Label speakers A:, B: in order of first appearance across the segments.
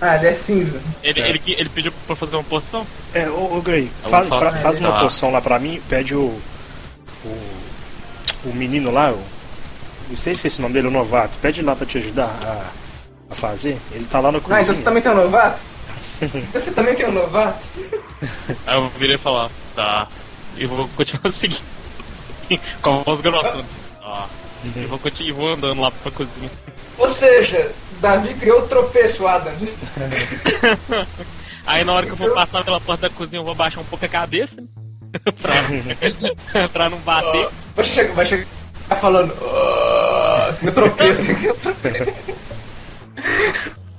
A: Ah, ele é cinza.
B: Ele,
C: É.
B: ele, que- ele pediu pra fazer uma porção?
C: É, ô, ô Grey,
B: Eu
C: faz,
B: vou
C: fa-
B: falar-
C: faz uma
B: Tá.
C: poção lá pra mim, pede o. O, o menino lá, o, não sei se esse nome dele, o novato, pede lá pra te ajudar a, a fazer. Ele tá lá na
A: Ah,
C: cozinha.
A: então você também quer um novato? Você também quer um novato?
B: Aí eu virei e falar, tá. E vou continuar seguindo. Com a voz grossa. Tá. E vou, continu- e vou andando lá pra cozinha.
A: Ou seja, Davi criou o tropeço, Adam.
B: Aí na hora que eu vou passar pela porta da cozinha, eu vou baixar um pouco a cabeça. né? pra, pra não bater.
A: Vai chegar, vai chegar Tá falando. "Oh, meu tropeço, meu tropeço.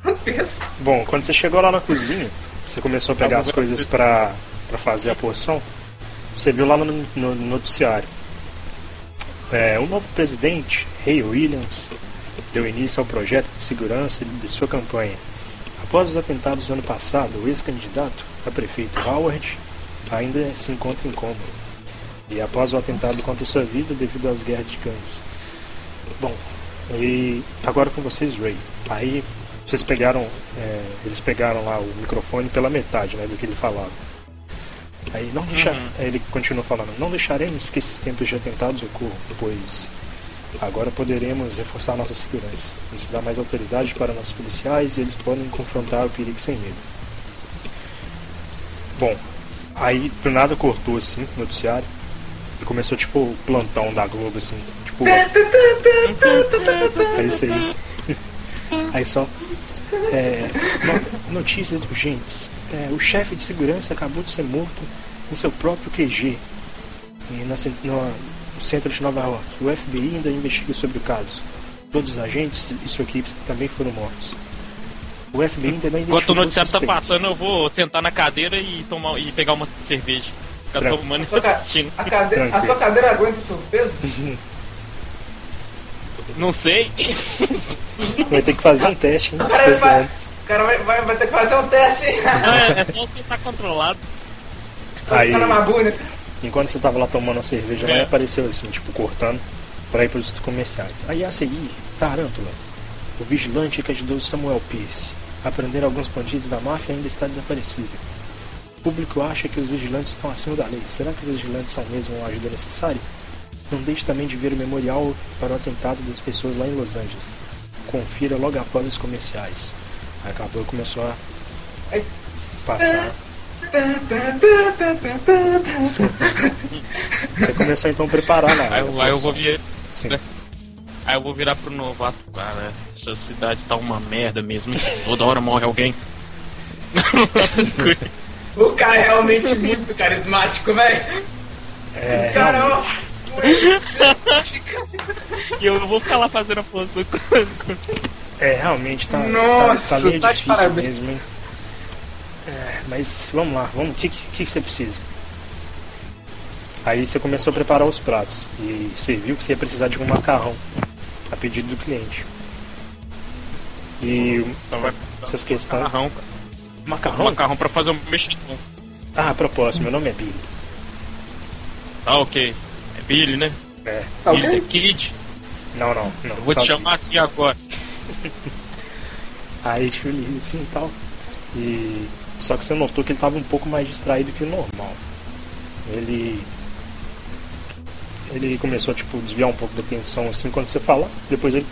A: tropeço.
C: Bom, quando você chegou lá na cozinha, você começou a pegar as coisas pra, pra fazer a porção, você viu lá no, no- no noticiário. É, o novo presidente, Ray Williams, deu início ao projeto de segurança de sua campanha. Após os atentados do ano passado, o ex-candidato a prefeito Howard ainda se encontra em coma. E após o atentado contra sua vida devido às guerras de cães. Bom, e tá agora com vocês, Ray. Aí vocês pegaram, é, eles pegaram lá o microfone pela metade, né, do que ele falava. Aí não deixa, aí ele continua falando, não deixaremos que esses tempos de atentados ocorram, pois agora poderemos reforçar nossa segurança. Isso dá mais autoridade para nossos policiais e eles podem confrontar o perigo sem medo. Bom, aí do nada cortou assim o noticiário e começou tipo o plantão da Globo assim, tipo é isso aí. Aí só. é, no- notícias urgentes. É, o chefe de segurança acabou de ser morto em seu próprio QG. em- na cen- no, no centro de Nova York. O FBI ainda investiga sobre o caso. Todos os agentes e sua equipe também foram mortos. O FBI ainda não
B: Enquanto o
C: identificou
B: noticiário tá
C: suspeitos.
B: passando, eu vou sentar na cadeira e, tomar, e pegar uma cerveja. Ficar
C: Tranquilo.
B: tomando
A: Sua
B: e
A: ca-
B: assistindo.
A: A, cadeira, a
C: Tranquilo.
A: sua cadeira aguenta o seu peso?
B: Não sei.
C: Vai ter que fazer um teste, hein?
A: O cara,
C: Esse
A: vai,
C: ano.
A: o cara vai, vai, vai ter que fazer um teste, hein?
B: É, é só tentar controlado.
C: Aí,
A: Tá numa buna.
C: Enquanto você tava lá tomando a cerveja,
B: É.
C: lá apareceu assim, tipo, cortando pra ir pros comerciais. Aí a seguir, Tarântula, o vigilante que ajudou Samuel Pierce a prender alguns bandidos da máfia ainda está desaparecido. O público acha que os vigilantes estão acima da lei. Será que os vigilantes são mesmo a ajuda necessária? Não deixe também de ver o memorial para o atentado das pessoas lá em Los Angeles. Confira logo após os comerciais. Acabou e começou a
A: Ai.
C: passar. Você começou então a preparar lá.
B: Aí, eu- aí eu vou vir.
C: Sim.
B: Aí eu vou virar pro novato, cara. Essa cidade tá uma merda mesmo. Toda hora morre alguém.
A: O cara é realmente muito carismático, velho.
C: É,
A: Cara, ó.
B: e eu vou ficar lá fazendo a força.
C: É, realmente tá,
A: Nossa,
C: tá, tá meio
A: tá de
C: difícil
A: parabéns.
C: mesmo, hein? É, mas vamos lá, vamos. O que, que, que você precisa? Aí você começou a preparar os pratos e você viu que você ia precisar de um macarrão a pedido do cliente. E essas questões.
B: Macarrão.
C: Macarrão?
B: Macarrão pra fazer um mexidão.
C: Ah, a propósito, meu nome é Billy.
B: Tá ok. É Billy, né?
C: É.
A: Tá
B: Billy
A: ok?
B: the Kid.
C: Não, não, não.
B: Eu vou
C: só-
B: te chamar assim agora.
C: Aí tipo, ele riu assim e tal. E. Só que você notou que ele tava um pouco mais distraído que o normal. Ele. Ele começou a tipo, desviar um pouco da atenção assim quando você falar. Depois ele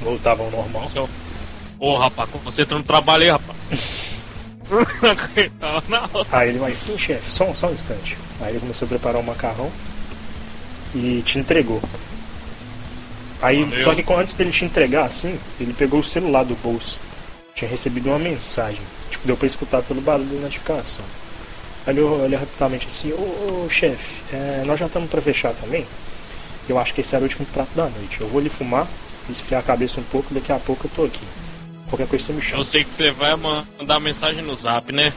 C: voltava ao normal.
B: Seu- Ô rapaz, concentra no trabalho aí, rapaz. Não, não.
C: Aí ele vai, sim chefe, só, um- só um instante. Aí ele começou a preparar o macarrão e te entregou. Aí,
B: Valeu.
C: só que quando- antes dele te entregar, assim, ele pegou o celular do bolso. Tinha recebido uma mensagem. Tipo, deu pra escutar pelo barulho da notificação. Aí ele olhou rapidamente assim, ô, ô, chefe, é, nós já estamos pra fechar também. Eu acho que esse era o último prato da noite. Eu vou lhe fumar, esfriar a cabeça um pouco, daqui a pouco eu tô aqui. Qualquer coisa você me chama.
B: Eu sei que você vai mandar mensagem no zap, né?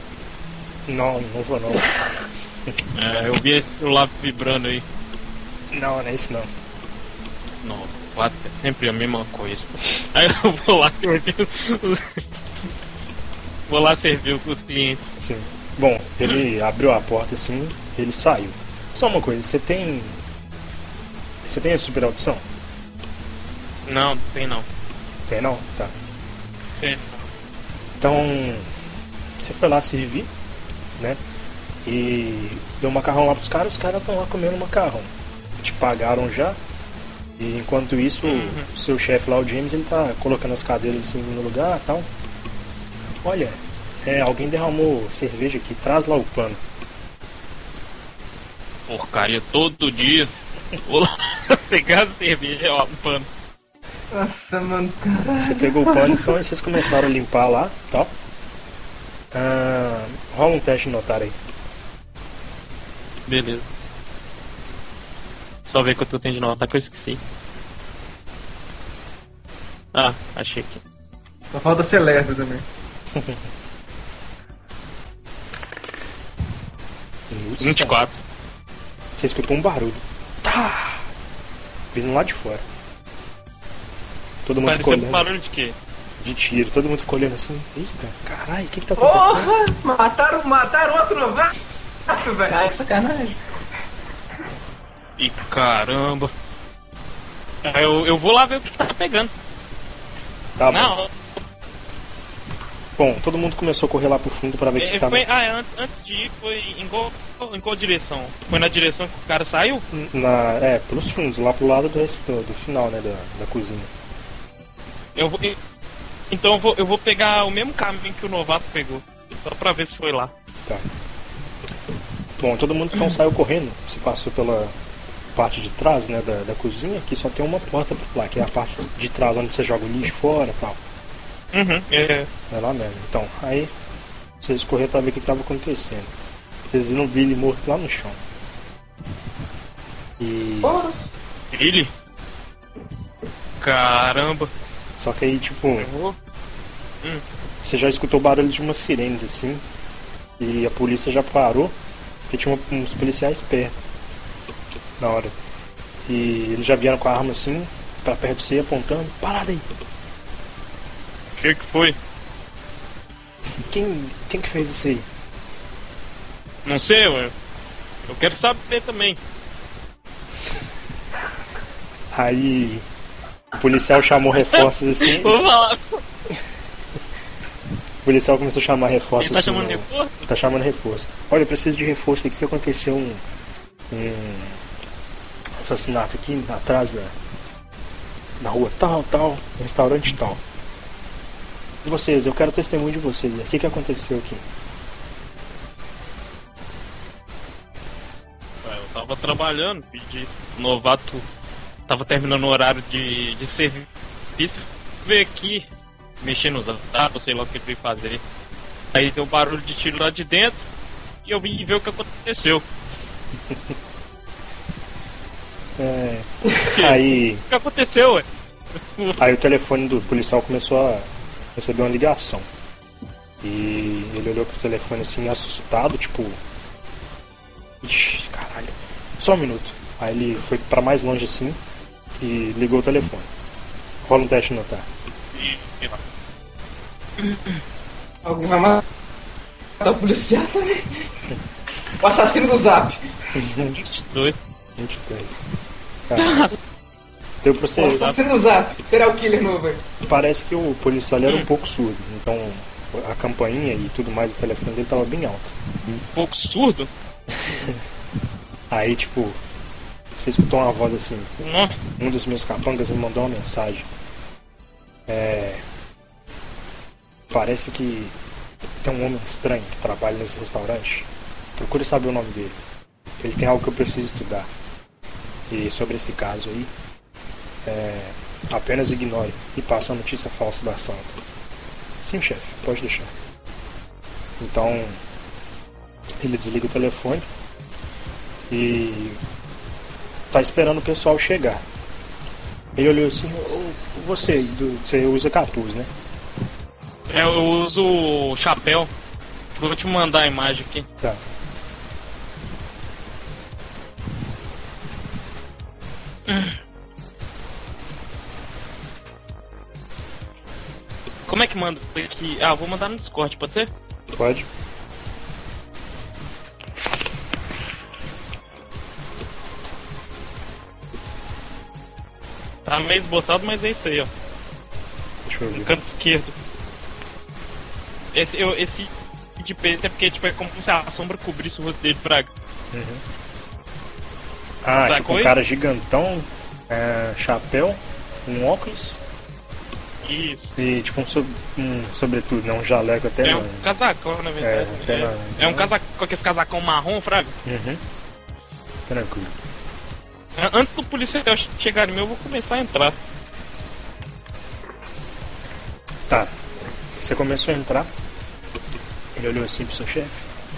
C: Não, não vou não.
B: É, eu vi esse celular vibrando aí.
C: Não, não é isso não.
B: Não, quatro é sempre a mesma coisa. Aí eu vou lá servir os... Vou lá servir os clientes.
C: Sim. Bom, ele abriu a porta assim, ele saiu. Só uma coisa, você tem. Você tem a super audição?
B: Não, tem não.
C: Tem não? Tá.
B: Tem.
C: Então, você foi lá servir, né? E deu um macarrão lá pros caras, os caras estão lá comendo macarrão. Te pagaram já. E enquanto isso, o seu chefe lá, o James, ele tá colocando as cadeiras assim no lugar e tal. Olha, é, alguém derramou cerveja aqui, traz lá o pano.
B: Porcaria todo dia. Vou lá pegar cerveja, ó, um pano.
A: Nossa, mano, cara.
C: Você pegou o pano, então aí vocês começaram a limpar lá tal. Ah, rola um teste de notar aí.
B: Beleza. Só ver quanto eu tenho de nota que eu esqueci. Ah, achei aqui.
A: Só falta ser lerdo também.
C: Nossa.
B: 24.
C: Você escutou um barulho. Tá! Vindo lá de fora. Todo mundo ficou
B: Pareceu
C: olhando
B: um barulho de quê?
C: assim, de tiro, todo mundo ficou olhando assim. Eita, caralho, o que, que tá
B: Oh!
C: acontecendo?
A: Porra! Mataram, mataram outro novato, velho. Ai, que sacanagem.
B: Ih, caramba. Ah, Eu, eu vou lá ver o que tá pegando.
C: Tá bom.
B: Não,
C: Bom, todo mundo começou a correr lá pro fundo pra ver o que,
B: é,
C: que tava.
B: foi, ah, é, an- antes de ir, foi em qual, em qual direção? Foi na direção que o cara saiu?
C: Na, é, pelos fundos, lá pro lado do, res- do, do final, né, da, da cozinha.
B: Eu vou, então eu vou, eu vou pegar o mesmo caminho que o novato pegou. Só pra ver se foi lá.
C: Tá. Bom, todo mundo então saiu correndo. Você passou pela parte de trás, né, da, da cozinha, que só tem uma porta pra lá, que é a parte de trás onde você joga o lixo fora e tal.
B: Uhum, é.
C: É lá mesmo. Então, aí vocês correram pra ver o que estava acontecendo. Vocês viram o Billy morto lá no chão. E.
A: Porra!
B: Ele? Caramba.
C: Só que aí, tipo,
B: Eu vou.
C: você já escutou o barulho de umas sirenes assim. E a polícia já parou, porque tinha uma- uns policiais perto na hora. E eles já vieram com a arma assim, pra perto de você, apontando, parada aí!
B: O que que foi?
C: Quem, quem que fez isso aí?
B: Não sei, eu, eu quero saber também.
C: Aí o policial chamou reforços assim,
B: Vou falar.
C: o policial começou a chamar
B: Ele
C: reforços
B: tá
C: assim.
B: chamando
C: no-
B: depois?
C: Tá chamando reforço. Olha, eu preciso de reforço aqui. Aconteceu um, um assassinato aqui atrás da na rua tal, tal, restaurante tal. E Vocês, eu quero testemunho de vocês. O que, que aconteceu aqui?
B: Ué, É, Eu tava trabalhando, pedi novato. Tava terminando o horário de, de serviço. Veio aqui, mexendo nos dados, sei lá o que ele veio fazer. Aí deu um barulho de tiro lá de dentro e eu vim ver o que aconteceu.
C: É, aí,
B: O que aconteceu, é, ué?
C: aí o telefone do policial começou a receber uma ligação. E ele olhou pro telefone assim, assustado, tipo. Ixi, caralho. Só um minuto. Aí ele foi pra mais longe assim e ligou o telefone. Rola um teste de notar.
B: E, sei lá.
A: Alguém vai matar o policial também. O assassino do Zap.
B: 22.
C: 23. Cara, deu pra
A: O
C: você.
A: assassino do Zap. Será o killer novo, velho.
C: Parece que o policial ele era um pouco surdo, então a campainha e tudo mais do telefone dele tava bem alto.
B: Um pouco surdo?
C: Aí, tipo, você escutou uma voz assim:
B: Nossa,
C: um dos meus capangas me mandou uma mensagem. É. Parece que tem um homem estranho que trabalha nesse restaurante. Procure saber o nome dele. Ele tem algo que eu preciso estudar. E sobre esse caso aí, é, apenas ignore e passe a notícia falsa da assalto. Sim, chefe, pode deixar. Então, ele desliga o telefone e tá esperando o pessoal chegar. Ele olhou assim, "Ô, você, do- você usa capuz, né?
B: é, eu uso o chapéu. Vou te mandar a imagem aqui.
C: Tá.
B: Como é que manda? isso aqui? Ah, vou mandar no Discord, pode ser?
C: Pode?
B: Tá meio esboçado, mas é isso aí, ó.
C: Deixa eu ver.
B: Canto esquerdo. Esse, eu, esse de preto é porque tipo, é como se a sombra cobrisse o rosto dele pra.
C: Ah,
B: Sacou
C: tipo um
B: isso?
C: cara gigantão, é, chapéu, um óculos
B: Isso.
C: e tipo um, sob- um sobretudo, né? Um jaleco até.
B: É
C: não.
B: um casacão, na verdade.
C: É,
B: né?
C: pena-
B: É, um casacão, aquele casacão marrom, fraga.
C: Uhum. Tranquilo.
B: An- Antes do policial chegar em mim, eu vou começar a entrar.
C: Tá. Você começou a entrar. Ele olhou assim pro seu chefe.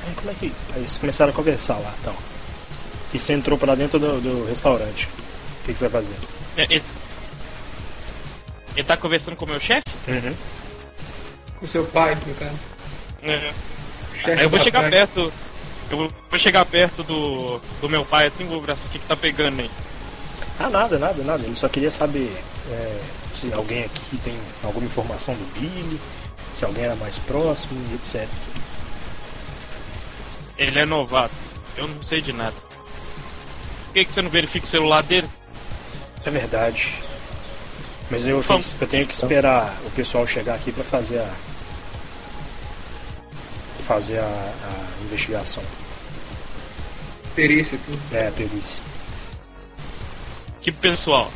C: Aí, como é que. Aí vocês começaram a conversar lá, então. E você entrou pra dentro do, do restaurante. O que, que você vai fazer?
B: É, Ele, ele tá conversando com o meu chefe?
C: Uhum.
A: Com seu pai, no caso.
B: É.
A: Chefe
B: Aí eu vou
A: do
B: chegar
A: pai.
B: perto. Eu vou- vou chegar perto do, do meu pai assim, vou ver assim, o que, que tá pegando aí.
C: Ah, nada, nada, nada. Ele só queria saber é, se alguém aqui tem alguma informação do Billy, se alguém era mais próximo, e etc.
B: Ele é novato. Eu não sei de nada. Por que, que você não verifica o celular dele?
C: É verdade. Mas eu tenho,
B: Vamos.
C: que- eu tenho que esperar o pessoal chegar aqui pra fazer a. fazer a, a investigação.
A: Perícia, tudo.
C: É, a perícia.
B: Que pessoal.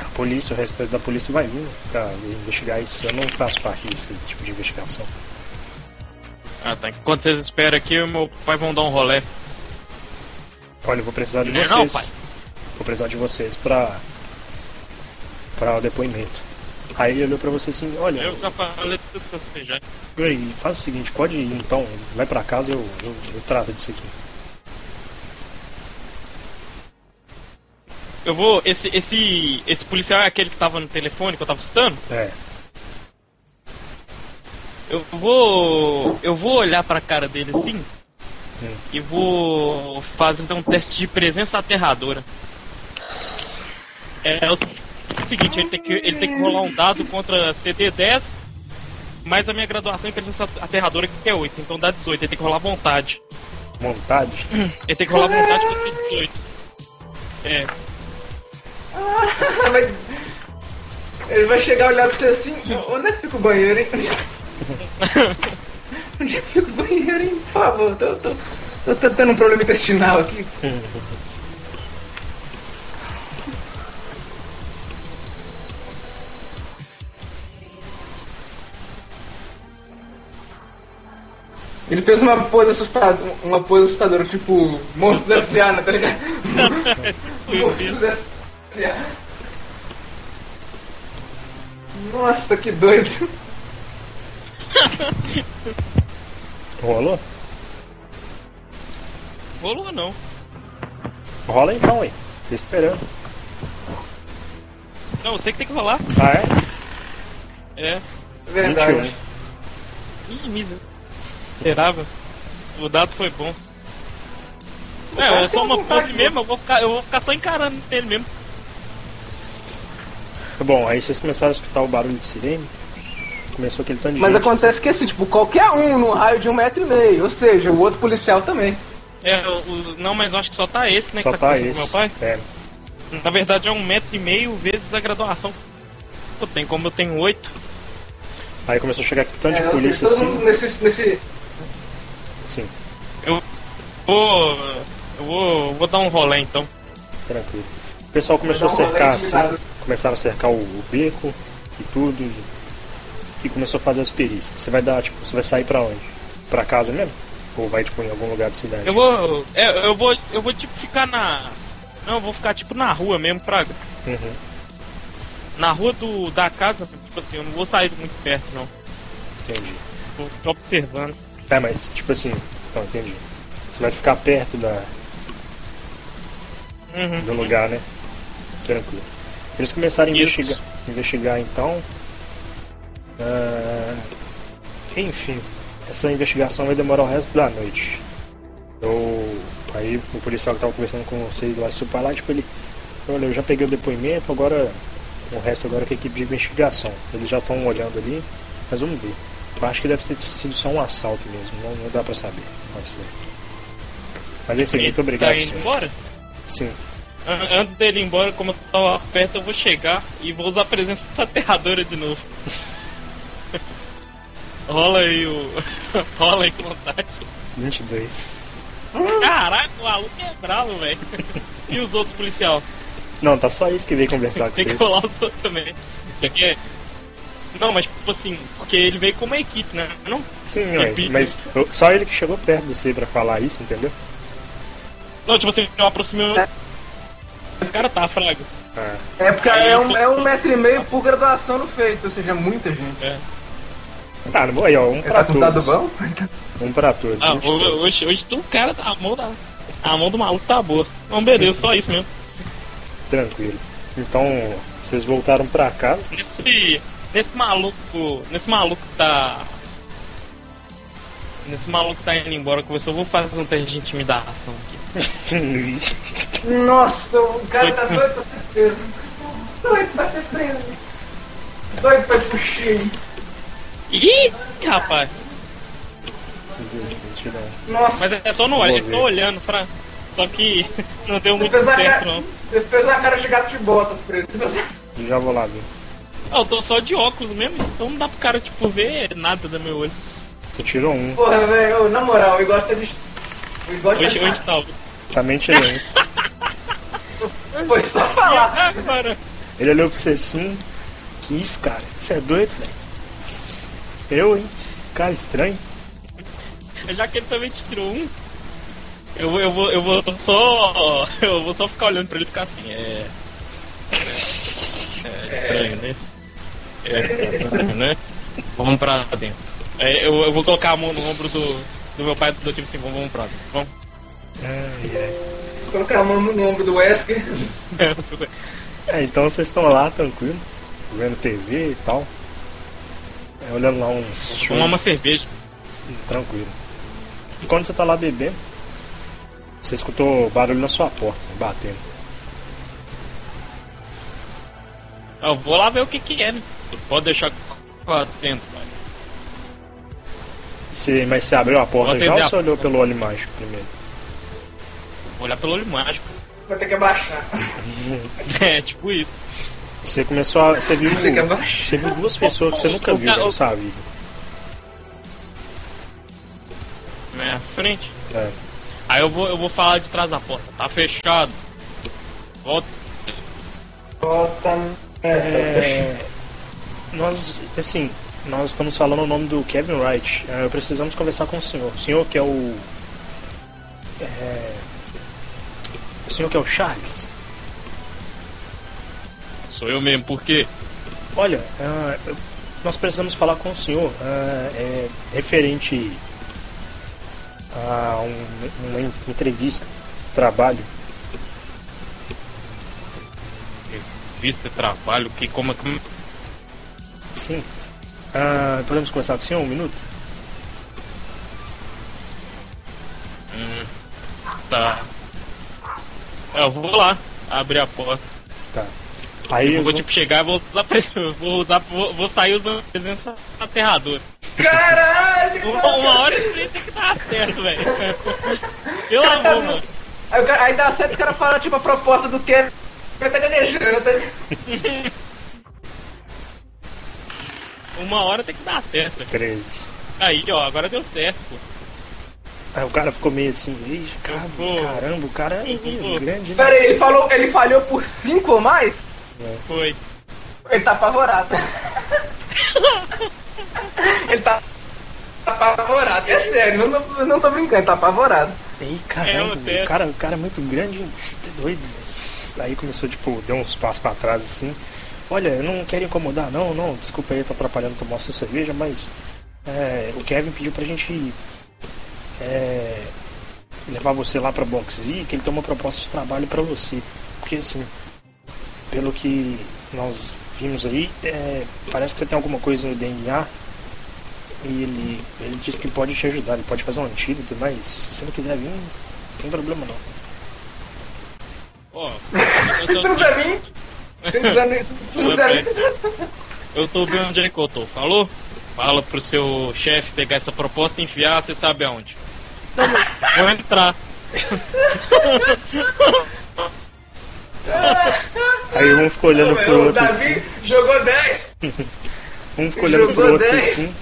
C: A polícia, o resto da polícia vai vir pra investigar isso. Eu não faço parte desse tipo de investigação.
B: Ah tá. Enquanto vocês esperam aqui, eu e meu pai vão dar um rolê.
C: Olha, eu vou precisar de
B: Não é
C: vocês.
B: não, pai?
C: Vou precisar de vocês pra. pra o depoimento. Aí ele olhou pra você assim: olha,
B: Eu já falei tudo pra você já.
C: Gray, faz o seguinte, pode ir então, vai pra casa eu, eu, eu trato disso aqui.
B: Eu vou. Esse, esse. Esse policial é aquele que tava no telefone que eu tava escutando?
C: É,
B: Eu vou. Eu vou olhar pra cara dele assim.
C: Hum.
B: E vou fazer um teste de presença aterradora. É, é o seguinte, ele tem, que, ele tem que rolar um dado contra CD10, mais a minha graduação em presença aterradora que é 8, então dá 18, ele tem que rolar à vontade.
C: vontade.
B: Ele tem que rolar à vontade contra 18. É,
A: Ah, mas Ele vai chegar olhar pra você assim, onde é que fica o banheiro, hein? onde é que fica o banheiro, hein? Por favor, tô, tô, tô, tô tendo um problema intestinal aqui. Ele fez uma pose assustadora, uma pose assustadora, tipo, monstro da Seana, tá ligado? Monstro da Seana. Nossa, que doido.
B: Hum.
C: Rolou?
B: rolou não.
C: Rola então, aí. Tô esperando.
B: Não, você que tem que rolar.
C: Ah, é?
B: É.
A: Verdade.
B: Ih, miserável. O dado foi bom. É, é só uma pose mesmo, eu vou ficar, eu vou ficar só encarando ele mesmo.
C: Bom, aí vocês começaram a escutar o barulho de sirene. Começou aquele tanto de
A: Mas
C: gente,
A: acontece que assim, tipo, qualquer um num raio de um metro e meio, ou seja, o outro policial também.
B: É, o- o- não, mas eu acho que só tá esse, né?
C: Só
B: que
C: tá
B: acontecendo
C: esse.
B: com Meu pai.
C: É.
B: Na verdade é um metro e meio vezes a graduação. Eu tenho, como eu tenho oito.
C: Aí começou a chegar aquele tanto
A: É,
C: de
A: ou seja,
C: polícia
A: todo
C: assim.
A: mundo nesse, nesse.
C: Sim,
B: Eu vou. Eu vou, vou dar um rolê então.
C: tranquilo. O pessoal começou a
A: Dá um rolê
C: cercar
A: de
C: assim.
A: lado.
C: Começaram a cercar o, o beco e tudo. E, e começou a fazer as perícias. Você vai dar, tipo, você vai sair pra onde? Pra casa mesmo? Ou vai, tipo, em algum lugar da cidade?
B: Eu vou. é, eu vou. Eu vou tipo ficar na. Não, eu vou ficar tipo na rua mesmo, Fraga.
C: Uhum.
B: Na rua do, da casa, tipo assim, eu não vou sair muito perto não.
C: Entendi.
B: Tô tô observando.
C: É, mas, tipo assim, então, entendi. Você vai ficar perto da, do
B: Uhum.
C: lugar, né? Tranquilo. Eles começaram a
B: Isso.
C: investigar, investigar então. Ah, enfim, essa investigação vai demorar o resto da noite. Eu, aí o policial que tava conversando com vocês lá, super lá, tipo, ele. Olha, eu já peguei o depoimento, agora. O resto agora é com a equipe de investigação. Eles já estão olhando ali, mas vamos ver. Eu acho que deve ter sido só um assalto mesmo, não, não dá pra saber. Pode ser. Mas é isso aí, muito obrigado,
B: Tá indo
C: senhores.
B: embora?
C: Sim.
B: An- Antes dele ir embora, como eu tava perto, eu vou chegar e vou usar a presença aterradora de novo. Rola aí o. Rola aí com vontade.
C: 22.
B: Caraca, o aluno é bravo, velho. E os outros policial?
C: Não, tá só isso que veio conversar com
B: Tem que
C: vocês.
B: rolar os outros também. Porque... Não, mas tipo assim, porque ele veio com uma equipe, né? Não?
C: Sim, ué, mas eu- só ele que chegou perto de você pra falar isso, entendeu?
B: Não, tipo assim, eu aproximei. Esse cara tá, Fraga.
C: Ah,
A: É porque é um, é um metro e meio por graduação no feito, ou seja, é muita gente.
B: É.
C: tá, não- aí ó, um pra
A: Tá com dado
C: todos.
A: bom?
C: Um pra todos.
B: Ah,
C: 22.
B: hoje, hoje, hoje tu, cara, tá- a mão da. A mão do maluco tá boa. Não, beleza, só isso mesmo.
C: Tranquilo. Então, vocês voltaram pra casa.
B: Nesse. Nesse maluco. Nesse maluco que tá. Nesse maluco que tá indo embora, começou, eu vou fazer um teste de intimidação aqui.
C: Vixe.
A: Nossa, o cara tá doido pra ser preso. Doido pra ser preso. Doido pra puxar.
B: Ih, rapaz!
C: Meu Deus, vou tirar.
A: Nossa.
B: Mas é só no olho, é
C: Vou
B: só
C: ver.
B: olhando pra. Só que não deu muito
A: Apesar
B: certo,
A: que-
B: não.
A: Esse fez uma cara de gato de botas preso.
C: Já vou lá ver.
B: Ah, Eu tô só de óculos mesmo, então não dá pro cara, tipo, ver nada do meu olho.
C: Você tirou um.
A: Porra, velho, na moral, eu gosto de. Eu gosto
B: Hoje,
A: de.
B: hoje tá.
C: Também tirei um.
A: Foi só falar.
B: Ah, cara.
C: Ele olhou pra você assim. Que isso, cara? Você é doido, velho? Eu, hein? Cara, estranho.
B: Já que ele também te tirou um, eu, vou- eu, vou, eu vou só. Eu vou só ficar olhando pra ele e ficar assim. É. É estranho, né? É estranho, né? Vamos pra dentro. É, eu, eu vou colocar a mão no ombro do. Do meu pai do tipo assim, vamos, vamos pra dentro. Vamos.
A: Colocar a mão no ombro do Wesker.
C: É, então vocês estão lá, tranquilo. Vendo TV e tal. É, olhando lá uns
B: Tomar
C: shows.
B: uma cerveja.
C: Tranquilo. E quando você tá lá bebendo, você escutou barulho na sua porta, batendo.
B: Eu vou lá ver o que que é, né? Pode deixar pra dentro, pai.
C: Você, mas você abriu a porta
B: Vou
C: já ou
B: atender a
C: você olhou pelo olho mágico primeiro?
B: Vou olhar pelo olho mágico.
A: Vou ter que abaixar.
B: É, tipo isso.
C: Você começou a. Você viu,
A: Tem que abaixar.
C: você viu duas pessoas que você nunca viu na sua vida.
B: Na minha frente.
C: É.
B: Aí eu vou, eu vou falar de trás da porta. Tá fechado. Volta.
A: Volta.
C: É, nós, assim, nós estamos falando o nome do Kevin Wright. É, precisamos conversar com o senhor. O senhor que é o. é, o senhor que é o Charles.
B: Sou eu mesmo, por quê?
C: Olha, ah, eu- nós precisamos falar com o senhor ah, é, referente a um- uma en- entrevista, trabalho.
B: Vista, trabalho, que como é que.
C: Sim. Ah, podemos conversar com o senhor um minuto?
B: Tá. É, Eu vou lá. Abrir a porta.
C: Tá. Aí
B: Eu
C: eu
B: vou
C: vou-
B: tipo chegar e vou usar. pre- Vou usar. Vou, vou sair usando presença aterradora.
A: Caralho!
B: Uma, uma hora e meia tem que dar certo, velho. Pelo amor, mano.
A: Aí, o cara- aí dá certo o cara fala tipo a proposta do Kevin. Vai tá gaguejando. tá-
B: Uma hora tem que dar certo. velho.
C: 13.
B: Aí, ó, agora deu certo, pô.
C: Aí o cara ficou meio assim, "Ixi, cara,
B: vou-
C: caramba, o cara é
B: eu vou-
C: grande, né?
A: Pera aí, ele falou, ele falhou por 5 ou mais?
B: Foi.
A: Ele tá apavorado. ele tá apavorado. É sério, eu não, eu não tô brincando, ele tá apavorado.
C: Ei,
B: É,
C: caramba,
B: eu
C: o
B: até-
C: cara, o cara é muito grande, você é doido. velho." Aí começou, tipo, deu uns passos pra trás assim. Olha, eu não quero incomodar, não, não, desculpa aí, tá atrapalhando tomar sua cerveja, mas é, o Kevin pediu pra gente é, levar você lá pra Box Z, que ele tem uma proposta de trabalho pra você. Porque assim, pelo que nós vimos aí, é, parece que você tem alguma coisa no DNA e ele, ele disse que pode te ajudar, ele pode fazer um antídoto, mas se você não quiser vir, não tem problema não.
B: Ó,
A: Se não
B: eu
A: quiser vir, se não quiser vir- se não quiser vir,
B: tô, eu tô vendo onde é que eu tô, falou? Fala pro seu chefe pegar essa proposta e enfiar, você sabe aonde.
C: Não, mas
B: Vou entrar.
C: Aí um ficou olhando pro
A: o
C: outro assim.
A: Davi jogou 10.
C: Um ficou olhando pro outro
A: Jogou dez.
C: assim.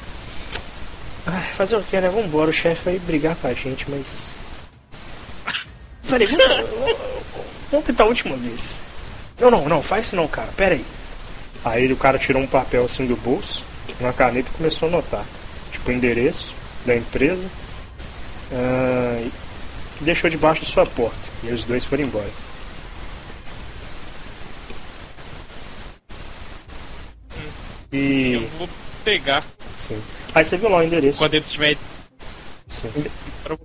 C: Ai, fazer o que, né? Vambora, o chefe vai brigar com a gente, mas. Peraí, vamos, vamos- vamos tentar a última vez. Não, não, não, faz isso não, cara, pera aí. Aí o cara tirou um papel assim do bolso, uma caneta e começou a anotar. Tipo, o endereço da empresa. ah, e deixou debaixo da sua porta. E os dois foram embora.
B: Eu
C: E.
B: vou pegar
C: Sim. Aí você viu lá o endereço.
B: quando ele estiver.
C: Sim.
B: pra-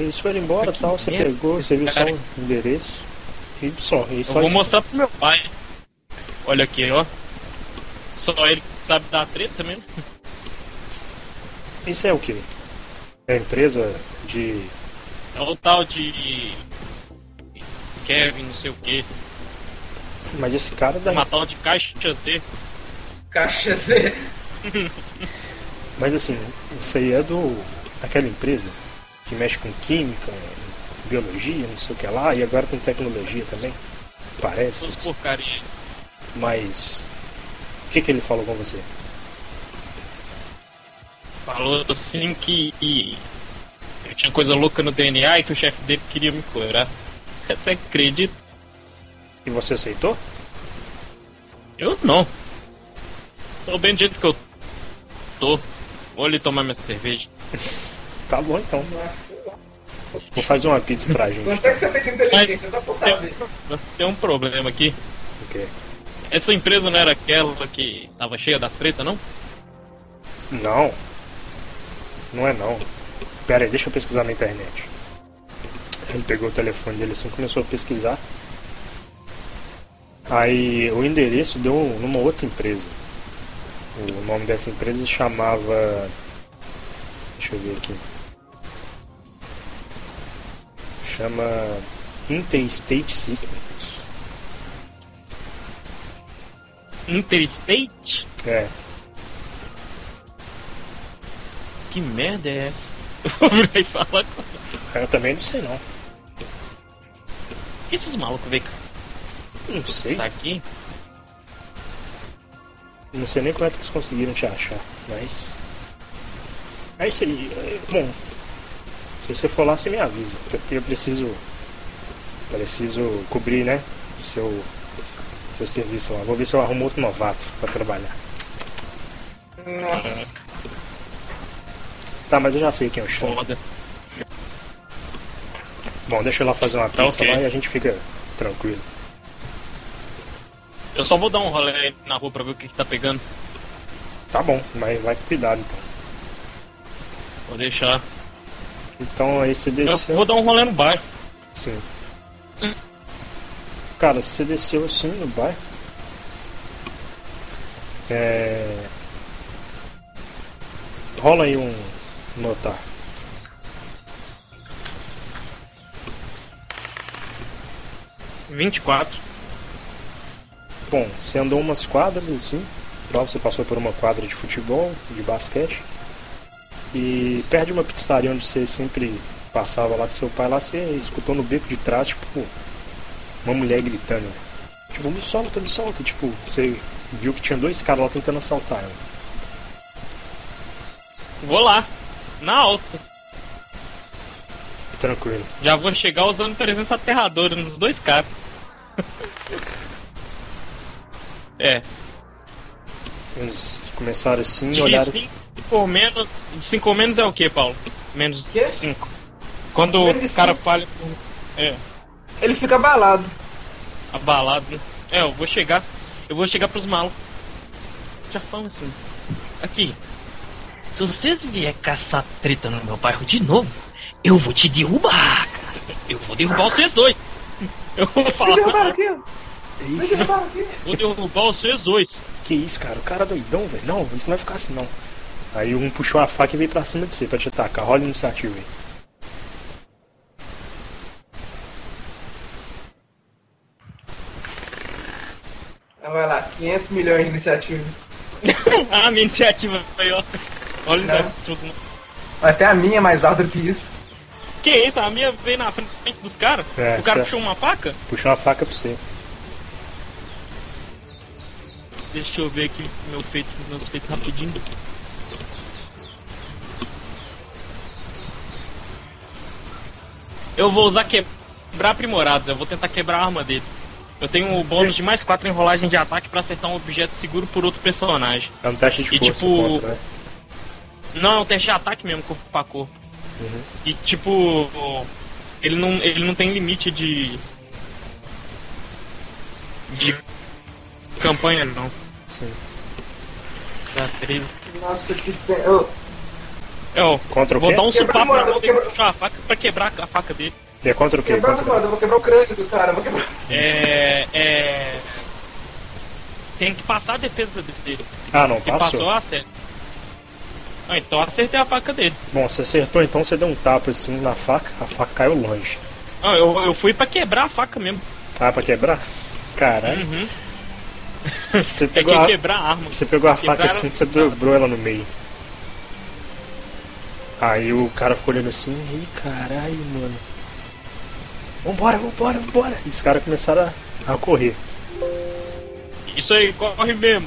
C: Eles foram embora
B: Que
C: tal, você
B: merda.
C: pegou, você viu só
B: Cara.
C: o endereço. E só, e
B: Eu
C: só
B: vou
C: isso.
B: mostrar pro meu pai. Olha aqui, ó. Só ele que sabe dar treta mesmo.
C: Isso é o quê? É a empresa de.
B: É o tal de. Kevin, não sei o que.
C: Mas esse cara da.
B: Uma tal de caixa Z.
A: Caixa assim. Z.
C: Mas assim, isso aí é do. daquela empresa que mexe com química, biologia, não sei o que lá, e agora com tecnologia também. Parece.
B: Essas porcarias.
C: Mas. O que, que ele falou com você?
B: Falou assim que. e- eu tinha coisa louca no DNA e que o chefe dele queria me curar. Você acredita?
C: E você aceitou?
B: Eu não. Tô bem do jeito que eu tô. Vou ali tomar minha cerveja.
C: Tá bom então.
A: Nossa.
C: Vou fazer uma pizza pra gente.
A: Quanto é que você tem de inteligência? Só por saber.
B: Tem, tem um problema aqui.
C: Porque...
B: Essa empresa não era aquela que tava cheia das tretas, não?
C: Não. Não é não. Pera aí, deixa eu pesquisar na internet. Ele pegou o telefone dele assim e começou a pesquisar. Aí o endereço deu um, numa outra empresa. O nome dessa empresa chamava. Deixa eu ver aqui. Chama Interstate System.
B: Interstate?
C: É,
B: Que merda é essa? Eu vou virar e falar com
C: eu também não sei não.
B: Por que esses malucos veem
C: Não sei.
B: isso aqui?
C: Não sei nem como é que eles conseguiram te achar, mas. É isso aí. é, Bom, se você for lá, você me avisa, porque eu preciso. Preciso cobrir, né? Seu, seu serviço lá. Vou ver se eu arrumo outro novato pra trabalhar.
A: Nossa.
C: Tá, mas eu já sei quem eu chamo.
B: Foda.
C: Bom, deixa eu lá fazer uma pizza
B: Tá, ok.
C: lá e a gente fica tranquilo.
B: Eu só vou dar um rolê aí na rua pra ver o que, que tá pegando.
C: Tá bom, mas vai com cuidado então.
B: Vou deixar.
C: Então aí você
B: Eu
C: desceu.
B: vou dar um rolê no bairro.
C: Sim. Cara, você desceu assim no bairro. É... Rola aí um notar.
B: R$ 24.
C: Bom, você andou umas quadras assim. Lá você passou por uma quadra de futebol, de basquete. E perto de uma pizzaria onde você sempre passava lá com seu pai, lá você escutou no beco de trás, tipo, uma mulher gritando. Tipo, me solta, me solta. Tipo, você viu que tinha dois caras lá tentando assaltar ela.
B: Vou lá. Na alta.
C: Tranquilo.
B: Já vou chegar usando presença aterradora nos dois caras. é.
C: Eles começaram assim,
B: De
C: olharam.
B: 5 ou menos. De 5 ou menos é o que, Paulo? Menos
A: Quê?
B: 5. Quando
A: Menos de
B: o cara
A: cinco.
B: falha com. É,
A: Ele fica abalado.
B: abalado, né? É, eu vou chegar. Eu vou chegar pros malucos. Já falo assim. Aqui. Se vocês vier caçar treta no meu bairro de novo, eu vou te derrubar, cara. Eu vou derrubar vocês dois. Eu vou
A: Me
B: falar.
A: derrubaram aqui. Me
C: Ih,
A: derrubaram aqui.
B: Vou derrubar vocês dois.
C: que isso, cara? O cara é doidão, velho. Não, isso não vai ficar assim não. Aí um puxou a faca e veio pra cima de você pra te atacar. Rola a iniciativa aí.
A: Ah, Vai lá, 500 milhões de iniciativa.
B: ah, minha iniciativa foi ó. Olha, né?
A: Não.
B: iniciativa.
A: Até a minha é mais alta do que isso.
B: que isso? A minha veio na frente dos caras.
C: É,
B: o cara
C: certo.
B: puxou uma faca?
C: Puxou a faca pra você.
B: Deixa eu ver aqui meu feito, meus feitos rapidinho. Eu vou usar quebrar aprimorados, eu vou tentar quebrar a arma dele. Eu tenho o bônus de mais 4 enrolagem de ataque pra acertar um objeto seguro por outro personagem.
C: É um teste de
B: E,
C: força
B: tipo,
C: contra, né?
B: Não, é um teste de ataque mesmo, corpo pra corpo.
C: Uhum.
B: E tipo, ele não, ele não tem limite de. de campanha, não.
C: Sim.
B: Dá 13.
A: Nossa, que tem. Eu,
B: Eu
C: Contra o
B: vou
C: quê?
B: dar um
A: Quebrar
B: sopapo
A: moral,
B: pra mão dele
A: quebra-
B: puxar a faca pra quebrar a faca dele.
C: E é contra o quê?
A: quebrar o
C: Contra o quê?
A: mano, eu vou quebrar o crânio do cara, eu vou quebrar.
B: É. É. Tem que passar a defesa dele.
C: Ah, não,
B: Se
C: passou.
B: passou, acerta. Ah, então eu acertei a faca dele.
C: Bom, você acertou então, você deu um tapa assim na faca, a faca caiu longe.
B: Ah, eu, eu fui pra quebrar a faca mesmo.
C: Ah, pra quebrar? Caralho.
B: Uhum.
C: Você
B: É
C: pegou,
B: que
C: a,
B: quebrar a arma.
C: você pegou a faca
B: Quebraram-
C: assim, você dobrou ela no meio. Aí o cara ficou olhando assim, ih, caralho, mano. Vambora, vambora, vambora. E os caras começaram a, a correr.
B: Isso aí, corre mesmo.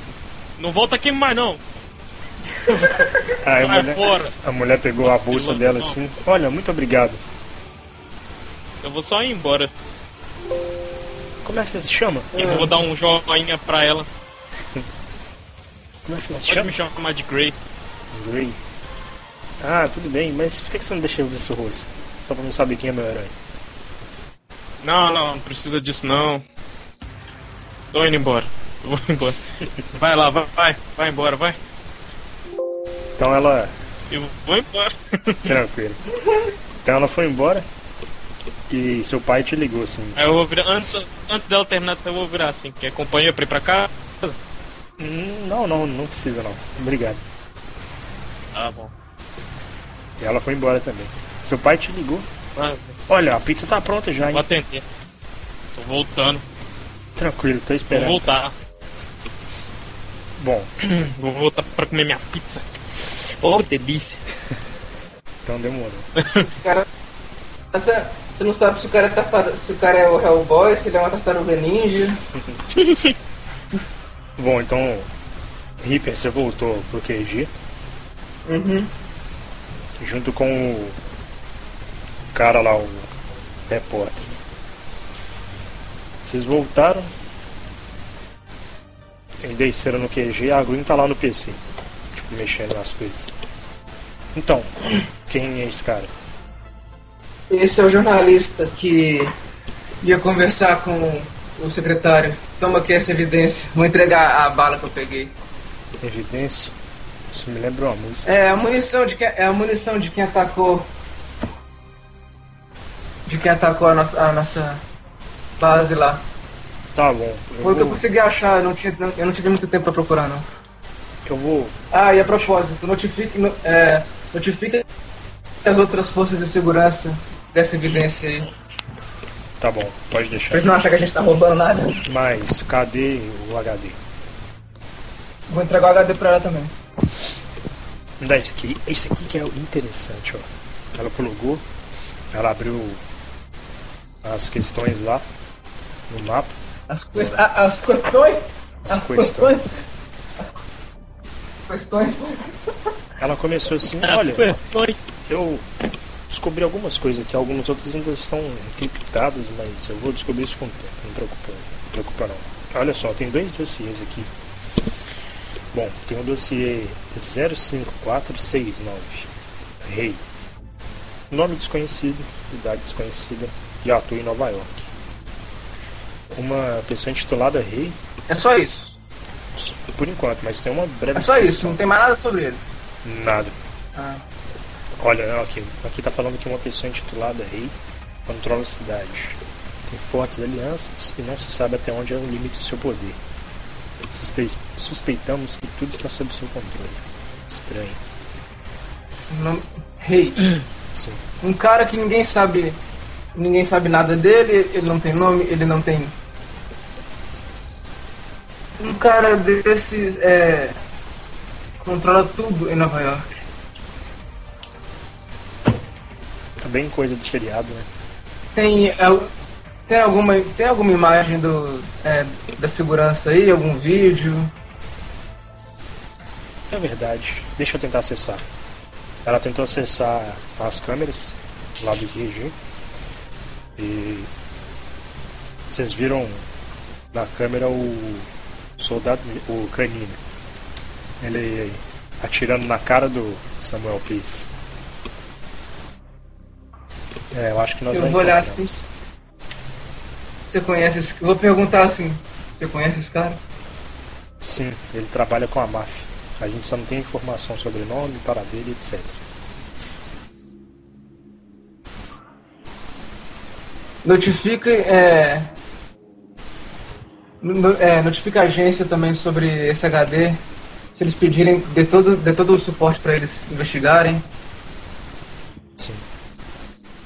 B: Não volta aqui mais não.
C: Aí a
B: Sai
C: mulher,
B: fora.
C: a mulher pegou a bolsa
B: Nossa,
C: dela
B: que
C: assim, olha, muito obrigado.
B: Eu vou só ir embora.
C: Como é que você se chama?
B: E eu vou dar um joinha pra ela.
C: Como é que você se
B: Pode
C: chama?
B: me chamar de Grey.
C: Grey. Ah, tudo bem, mas por que que você não deixa eu ver seu rosto? Só pra não saber quem é meu herói.
B: Não, não, não precisa disso não. Tô indo embora. Eu vou embora. Vai lá, vai, vai, vai embora, vai.
C: Então ela.
B: Eu vou embora.
C: Tranquilo. Então ela foi embora e seu pai te ligou assim.
B: Aí eu vou virar. Antes, antes dela terminar, eu vou virar assim. Quer companhia pra ir pra cá?
C: "Hum, Não, não, não precisa não. Obrigado.
B: Tá bom.
C: E ela foi embora também. Seu pai te ligou.
B: Vai,
C: Olha, a pizza tá pronta já, hein?
B: Vou atender. Tô voltando.
C: Tranquilo, tô
B: Vou
C: esperando.
B: voltar.
C: Bom,
B: Vou voltar pra comer minha pizza. Oh, delícia.
C: então demorou.
A: O cara. Você, você não sabe se o cara é tartar... se o cara é o Hellboy, se ele é uma tartaruga ninja.
C: Bom, então. Reaper, você voltou pro QG
A: Uhum.
C: junto com o cara lá, o repórter. Vocês voltaram e desceram no QG, a Green tá lá no PC, tipo, mexendo nas coisas. Então, quem é esse cara?
A: Esse é o jornalista que ia conversar com o secretário. Toma aqui essa evidência. Vou entregar a bala que eu peguei.
C: Evidência? Isso me lembra uma música.
A: É a munição de quem, é a munição de quem atacou. De quem atacou a nossa, a nossa base lá.
C: Tá bom,
A: Foi
C: eu
A: o que eu
C: vou,
A: consegui achar, eu não, tinha, eu não tive muito tempo pra procurar não.
C: eu vou,
A: Ah, e a propósito, notifique, no- é, notifique as outras forças de segurança dessa evidência aí.
C: tá bom, pode
A: Pra
C: deixar.
A: eles não acharem que a gente tá roubando nada.
C: Mas cadê o HD?
A: Vou entregar o HD pra ela também.
C: Me dá esse aqui. Esse aqui que é o interessante, ó. Ela plugou, ela abriu as questões lá no mapa.
A: As, quest a- as questões.
C: As questões.
A: As questões.
C: Ela começou assim,
B: Ah,
C: olha, eu descobri algumas coisas que algumas outras ainda estão encriptadas, mas eu vou descobrir isso com o tempo, não preocupa, não preocupa não. Olha só, tem dois dossiês aqui. Bom, tem o dossiê 05469, Rei. Nome desconhecido, idade desconhecida e atua em Nova York. Uma pessoa intitulada Rei,
A: É só isso.
C: por enquanto, mas tem uma breve
A: É só isso, não
C: descrição.
A: tem mais nada sobre ele.
C: Nada.
A: Ah.
C: Olha, não, aqui, aqui tá falando que uma pessoa intitulada Rei controla a cidade. Tem fortes alianças e não se sabe até onde é o limite do seu poder. Suspe- suspeitamos que tudo está sob seu controle. Estranho.
A: Não- Rei.
C: Sim.
A: Um cara que ninguém sabe. Ninguém sabe nada dele, ele não tem nome, ele não tem. Um cara desses é. Controla tudo em Nova York.
C: Tá bem coisa de seriado, né?
A: Tem. é, Tem alguma, tem alguma imagem do, é, da segurança aí, algum vídeo?
C: É verdade. Deixa eu tentar acessar. Ela tentou acessar as câmeras lá do QG E vocês viram na câmera o soldado, o canino. Ele atirando na cara do Samuel Peace. É, eu acho que nós
A: Eu
C: não
A: vou olhar
C: encontramos.
A: assim. Você conhece esse. Eu vou perguntar assim. Você conhece esse cara?
C: Sim, ele trabalha com a máfia. A gente só não tem informação sobre o nome, para dele, etc.
A: Notifique. É... no- é, notifique a agência também sobre esse HD. Se eles pedirem, dê todo, dê todo o suporte pra eles investigarem.
C: Sim.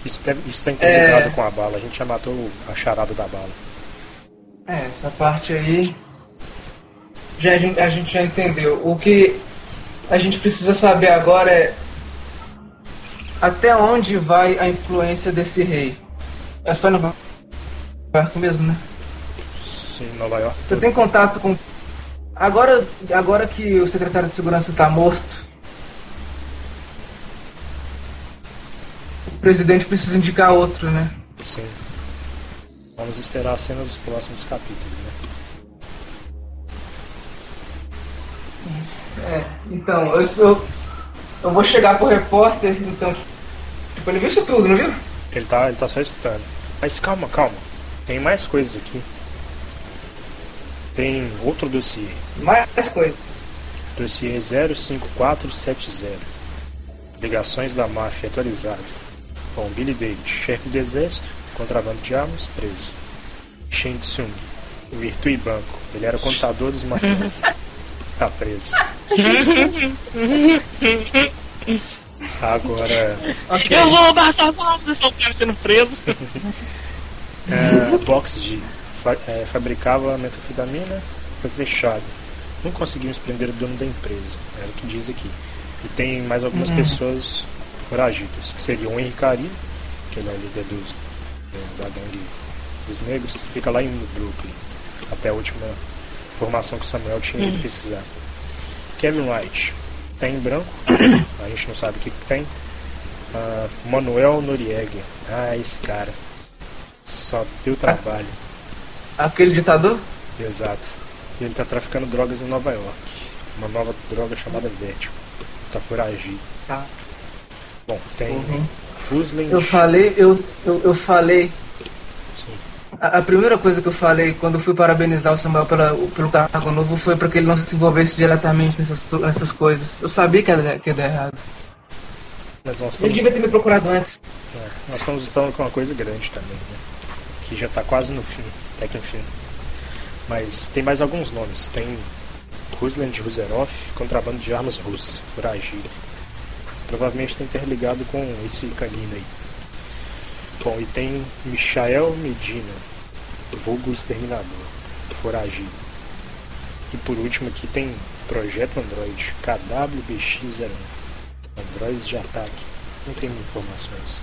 C: Isso está isso tá
A: É.
C: interligado com a bala. A gente já matou a charada da bala.
A: É, essa parte aí. Já, a, gente, a gente já entendeu. O que a gente precisa saber agora é. Até onde vai a influência desse rei? É só no barco mesmo, né?
C: Sim, em Nova York.
A: Você tem contato com. Agora, agora que o secretário de segurança está morto, o presidente precisa indicar outro, né?
C: Sim. Vamos esperar as cenas dos próximos capítulos, né?
A: É, então, eu, eu, eu vou chegar pro repórter, então. Tipo, ele viu isso tudo, não viu?
C: Ele tá, ele tá só escutando. Mas calma, calma. Tem mais coisas aqui. Tem outro dossiê.
A: Mais coisas.
C: Dossiê 05470. Ligações da máfia atualizado. Com Billy Davis, chefe do exército, contrabando de armas, preso. Shen Tsung, Virtui Banco. Ele era o contador dos mafiosos. Tá preso. Agora,
A: Ok.
B: Eu vou abraçar as almas, só quero sendo preso.
C: é, box de fa- é, fabricava metanfetamina, foi fechado. Não conseguimos prender o dono da empresa, é o que diz aqui. E tem mais algumas pessoas foragidas, que seriam o Henrique Ari, que ele é o líder dos, é, da gangue dos negros, fica lá em Brooklyn, até a última formação que o Samuel tinha ido pesquisar. Kevin White, tem em branco, a gente não sabe o que, que tem. Ah, Manuel Noriega, ah, esse cara. Só deu trabalho.
A: Aquele ditador?
C: Exato. E ele tá traficando drogas em Nova York. Uma nova droga chamada Vertigo. Tá foragido.
A: Tá. Uhum.
C: Bom, tem Ruslen.
A: Eu falei, eu, eu, eu falei.
C: Sim.
A: A, a primeira coisa que eu falei quando eu fui parabenizar o Samuel pela, pelo cargo novo foi para que ele não se envolvesse diretamente nessas, to- nessas coisas. Eu sabia que ia, que ia dar errado.
C: Mas nós
A: Ele
C: estamos,
A: devia ter me procurado antes.
C: é, nós estamos lutando com uma coisa grande também, né? Que já tá quase no fim, até que enfim. Mas tem mais alguns nomes. Tem Rusland Ruseroff, contrabando de armas russo, foragido. Provavelmente tá interligado com esse canino aí. Bom, e tem Michael Medina, vulgo exterminador, foragido. E por último aqui tem Projeto Android, KWBX01, Androids de ataque. Não tem informações.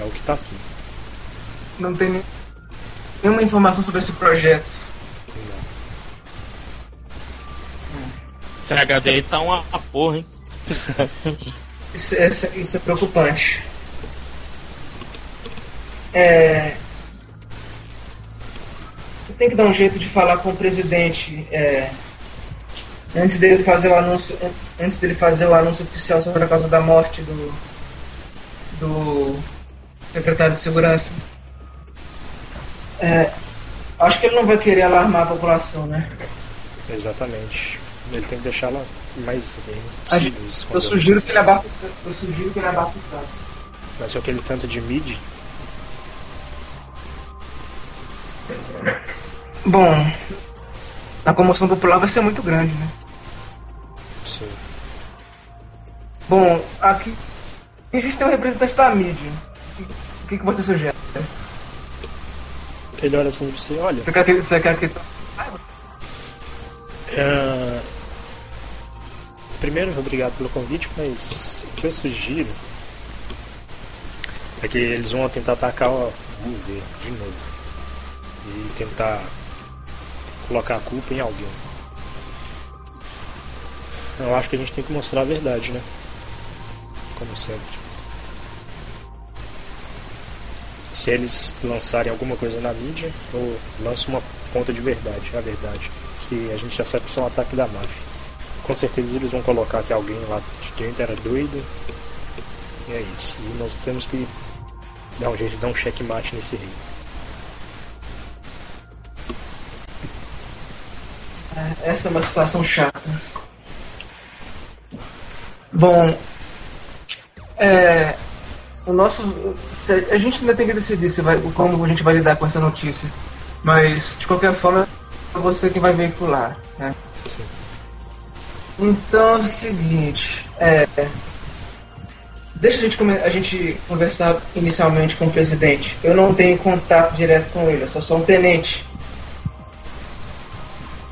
C: É o que tá aqui.
A: Não tem nem- nenhuma informação sobre esse projeto.
C: Não.
B: Esse HD aí tá uma uma porra, hein?
A: Isso, isso, isso é preocupante. É... Você tem que dar um jeito de falar com o presidente é, antes dele fazer o anúncio, an- antes dele fazer o anúncio oficial sobre a causa da morte do do secretário de segurança. É, acho que ele não vai querer alarmar a população, né?
C: Exatamente. Ele tem que deixar ela mais bem
A: A
C: possível.
A: Eu
C: esconder
A: sugiro que ele
C: coisas.
A: abafe, eu sugiro que ele abafe o caso.
C: Mas só aquele tanto de mid,
A: Bom, a comoção popular vai ser muito grande, né?
C: sim.
A: Bom, aqui a gente tem um representante da mídia. O que, que você sugere?
C: Ele olha assim pra você, olha,
A: Você quer que. Você quer que...
C: Ah, Primeiro, obrigado pelo convite, mas o que eu sugiro é que eles vão tentar atacar o governo de novo e tentar colocar a culpa em alguém. Eu acho que a gente tem que mostrar a verdade, né? Como sempre. se eles lançarem alguma coisa na mídia, eu lanço uma ponta de verdade, a verdade. Que a gente já sabe que isso é um ataque da máfia. Com certeza eles vão colocar que alguém lá de dentro era doido. E é isso. E nós temos que dar um jeito de dar um checkmate nesse rei.
A: Essa é uma situação chata. Bom, é, o nosso, a gente ainda tem que decidir se vai, como a gente vai lidar com essa notícia, mas de qualquer forma é você que vai veicular, né?
C: Sim.
A: Então é o seguinte, é, deixa a gente, come- a gente conversar inicialmente com o presidente. Eu não tenho contato direto com ele, eu sou só um tenente.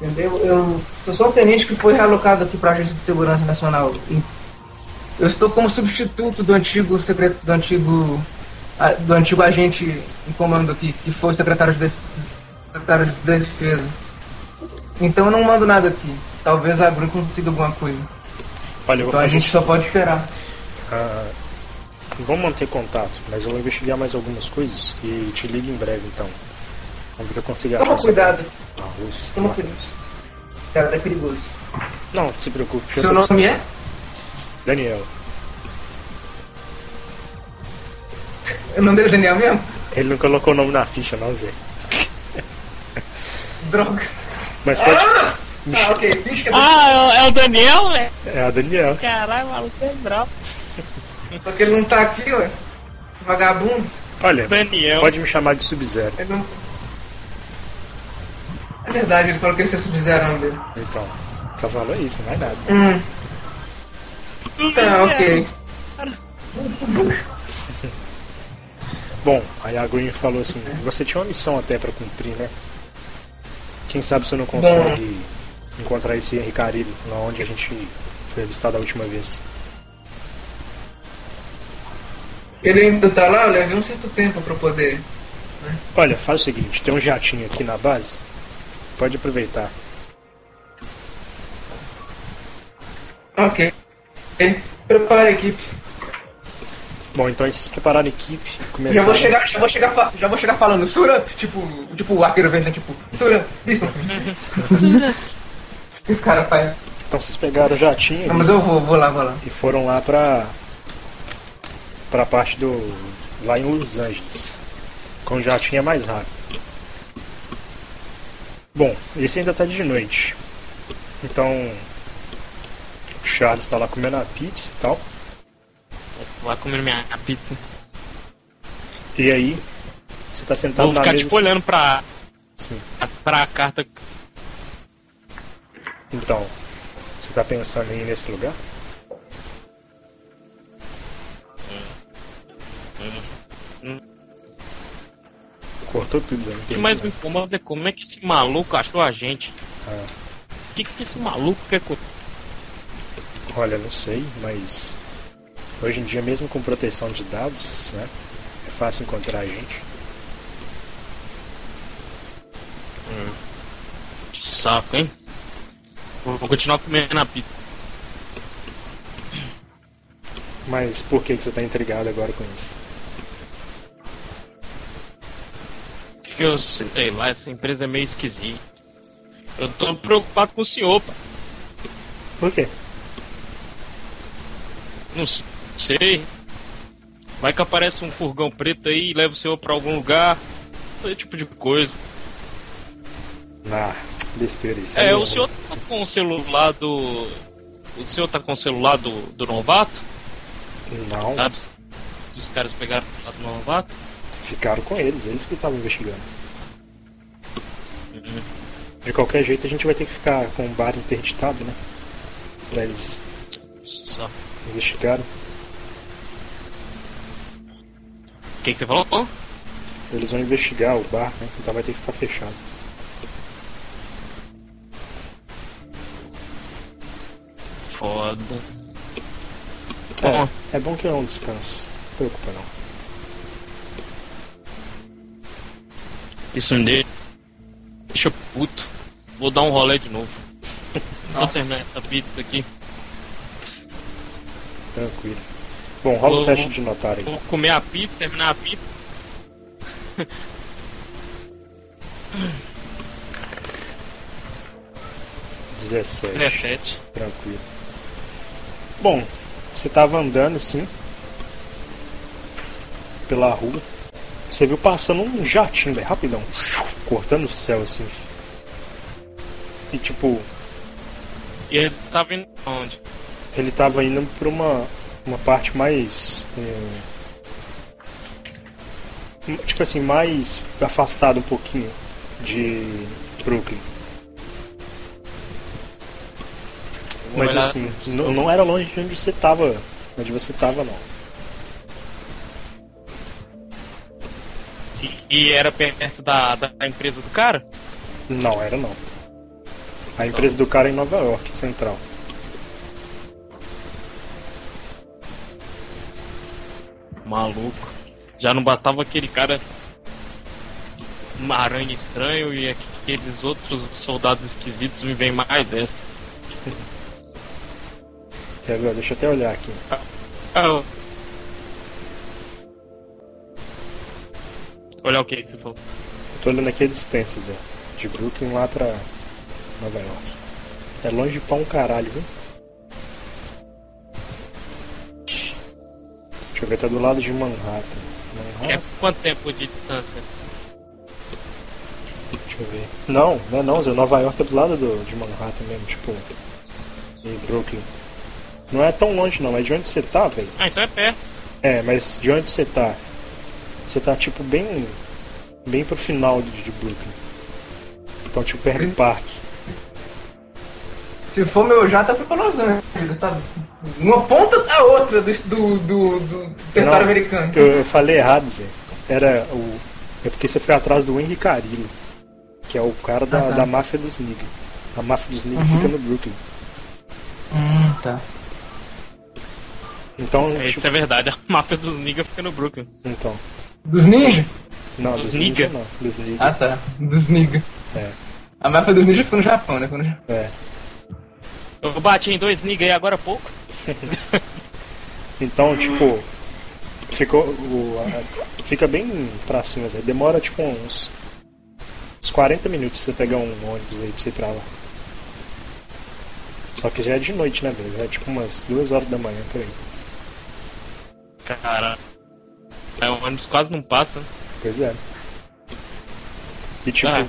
A: Entendeu? Eu sou só um tenente que foi realocado aqui para a Agência de Segurança Nacional. E Eu estou como substituto do antigo secretário, do antigo a- do antigo agente em comando aqui, que foi o secretário de, def- secretário de defesa. Então eu não mando nada aqui. Talvez a Bru consiga alguma coisa.
C: Olha, eu vou
A: Então a
C: fazer
A: gente só pode esperar.
C: Ah, vamos manter contato, mas eu vou investigar mais algumas coisas e te ligo em breve então. Vamos ver o que eu consigo achar.
A: Toma
C: sobre
A: cuidado.
C: Arroz.
A: Toma
C: macarrão.
A: Cara, é perigoso.
C: Não, não se preocupe. eu
A: Seu
C: tô-
A: nome é?
C: Daniel.
A: O nome dele é Daniel mesmo?
C: Ele não colocou o nome na ficha, não, Zé.
A: Droga.
C: Mas pode.
A: Ah, ok. Finge que é
B: Ah, é o- é o Daniel, velho?
C: É a Daniel.
B: Caralho, o maluco é bravo.
A: Daniel, Só que ele não tá aqui, ué. Vagabundo.
C: Olha,
B: Daniel.
C: pode me chamar de Sub-Zero.
A: Ele não... É verdade, ele falou que esse é sub-zero o nome dele.
C: Então, só falou isso, mais nada.
A: Hum, tá,
C: Ah,
B: Daniel.
A: ok.
C: Bom, aí a Green falou assim: você tinha uma missão até pra cumprir, né? Quem sabe você não consegue encontrar esse Henrique Carilho, lá onde a gente foi avistado a última vez.
A: Ele ainda tá lá, eu levei um certo tempo pra poder.
C: Olha, faz o seguinte: tem um jatinho aqui na base, pode aproveitar.
A: Ok. Ok. Prepara a equipe.
C: Bom, então aí vocês prepararam a equipe e começaram.
A: Já vou chegar, já vou chegar, fa- já vou chegar falando, Sura, tipo, tipo o arqueiro verde, né? Tipo, Sura, lista. Esse cara faz.
C: Então vocês pegaram o jatinho
A: Não, mas eu vou, vou lá, vou lá.
C: e foram lá pra. pra parte do. lá em Los Angeles. Com o jatinho é mais rápido. Bom, esse ainda tá de noite. Então. O Charles tá lá comendo a pizza e tal.
B: Vai comer minha pizza.
C: E aí. Você tá sentado
B: Vou
C: na
B: ficar
C: mesa. assim.
B: tipo olhando pra,
C: Sim.
B: pra carta.
C: Então. Você tá pensando em ir nesse lugar?
B: Hum.
C: Cortou tudo, né? eu não
B: O que
C: entendi
B: mais
C: nada.
B: me incomoda é como é que esse maluco achou a gente.
C: Ah.
B: O que, que esse maluco quer com
C: Olha, não sei, mas hoje em dia mesmo com proteção de dados, né? É fácil encontrar a gente.
B: Que saco, hein? Vou vou continuar comendo a pizza.
C: Mas por que, que você tá intrigado agora com isso?
B: Porque eu sei lá, essa empresa é meio esquisita. Eu tô preocupado com o senhor, pá.
C: Por quê?
B: Não s- sei. Vai que aparece um furgão preto aí e leva o senhor pra algum lugar. Esse tipo de coisa.
C: Ah, besteira isso.
B: É,
C: aí,
B: o
C: né?
B: senhor tá com o celular do. O senhor tá com o celular do, do novato?
C: Não,
B: Sabe? Os caras pegaram o celular do novato?
C: ficaram com eles, eles que estavam investigando. De qualquer jeito a gente vai ter que ficar com o bar interditado, né? Pra eles
B: Só.
C: investigarem.
B: O que, que você falou?
C: Eles vão investigar o bar, né? Então vai ter que ficar fechado.
B: Foda. Bom.
C: É, é bom que é um descanso. Não preocupa não.
B: Isso me deixa, deixa puto. Vou dar um rolê de novo. Só
A: Nossa.
B: terminar essa pizza aqui.
C: Tranquilo. Bom, rola o
B: Vou-
C: teste de notário aí.
B: Vou comer a pizza, terminar a pizza.
C: Dezessete.
B: 17.
C: Tranquilo. Bom, você tava andando assim pela rua. Você viu passando um jatinho, velho, rapidão, cortando o céu assim. E tipo,
B: E ele tava indo pra onde?
C: ele tava indo pra uma, uma parte mais. é, tipo assim, mais afastado um pouquinho de Brooklyn. Mas
B: Olhar-
C: assim, não, não era longe de onde você tava. Onde você tava não.
B: E- E era perto da, da empresa do cara?
C: Não, era não. A empresa do cara é em Nova York, central.
B: Maluco. Já não bastava aquele cara. Um aranha estranho e aqueles outros soldados esquisitos me vem mais essa.
C: Quer ver? Deixa eu até olhar aqui.
B: Ah, Olha o que que você falou.
C: Eu tô olhando aqui a distância, Zé. De Brooklyn lá pra Nova York. É longe pra um caralho, viu? Deixa eu ver, tá do lado de Manhattan.
B: É
C: Manhattan?
B: quanto tempo de distância?
C: Deixa eu ver. Não, não é não, Zé. Nova York é do lado do, de Manhattan mesmo, tipo. E Brooklyn. Não é tão longe não, é de onde você tá, velho.
B: Ah, então é perto.
C: É, mas de onde você tá? Você tá tipo bem. bem pro final de, de Brooklyn. Então tipo Perry
A: Hum.
C: Park.
A: Se for meu jato, eu fui pra Los Angeles, tá? Uma ponta da outra do, do, do, do território
C: Não,
A: americano.
C: Eu, eu falei errado, Zé. Era o. É porque você foi atrás do Henry Carillo, que é o cara da,
A: Ah, tá. Uhum.
C: da máfia dos Nigga. A máfia dos Nigga fica no Brooklyn.
A: Hum, tá.
C: Então,
B: É,
C: tipo.
B: isso é verdade. A máfia dos niggas fica no Brooklyn.
C: Então.
A: Dos ninja?
C: Não,
B: Dos
C: dos Nigga
B: Nigga?
C: não. Dos Nigga.
A: Ah, tá. Dos nigga.
C: É.
A: A máfia dos ninja foi no Japão, né? Foi no
B: Ah.
A: Japão.
C: É.
B: Eu bati em dois niggas aí agora há pouco.
C: Então, tipo, ficou o- a- fica bem pra cima, Zé. demora tipo uns, uns 40 minutos pra você pegar um ônibus aí pra você ir pra lá. Só que já é de noite, né, velho? Já é tipo umas duas horas da manhã por aí.
B: Cara. É, o ônibus quase não passa.
C: Pois é. E tipo,
B: Ah.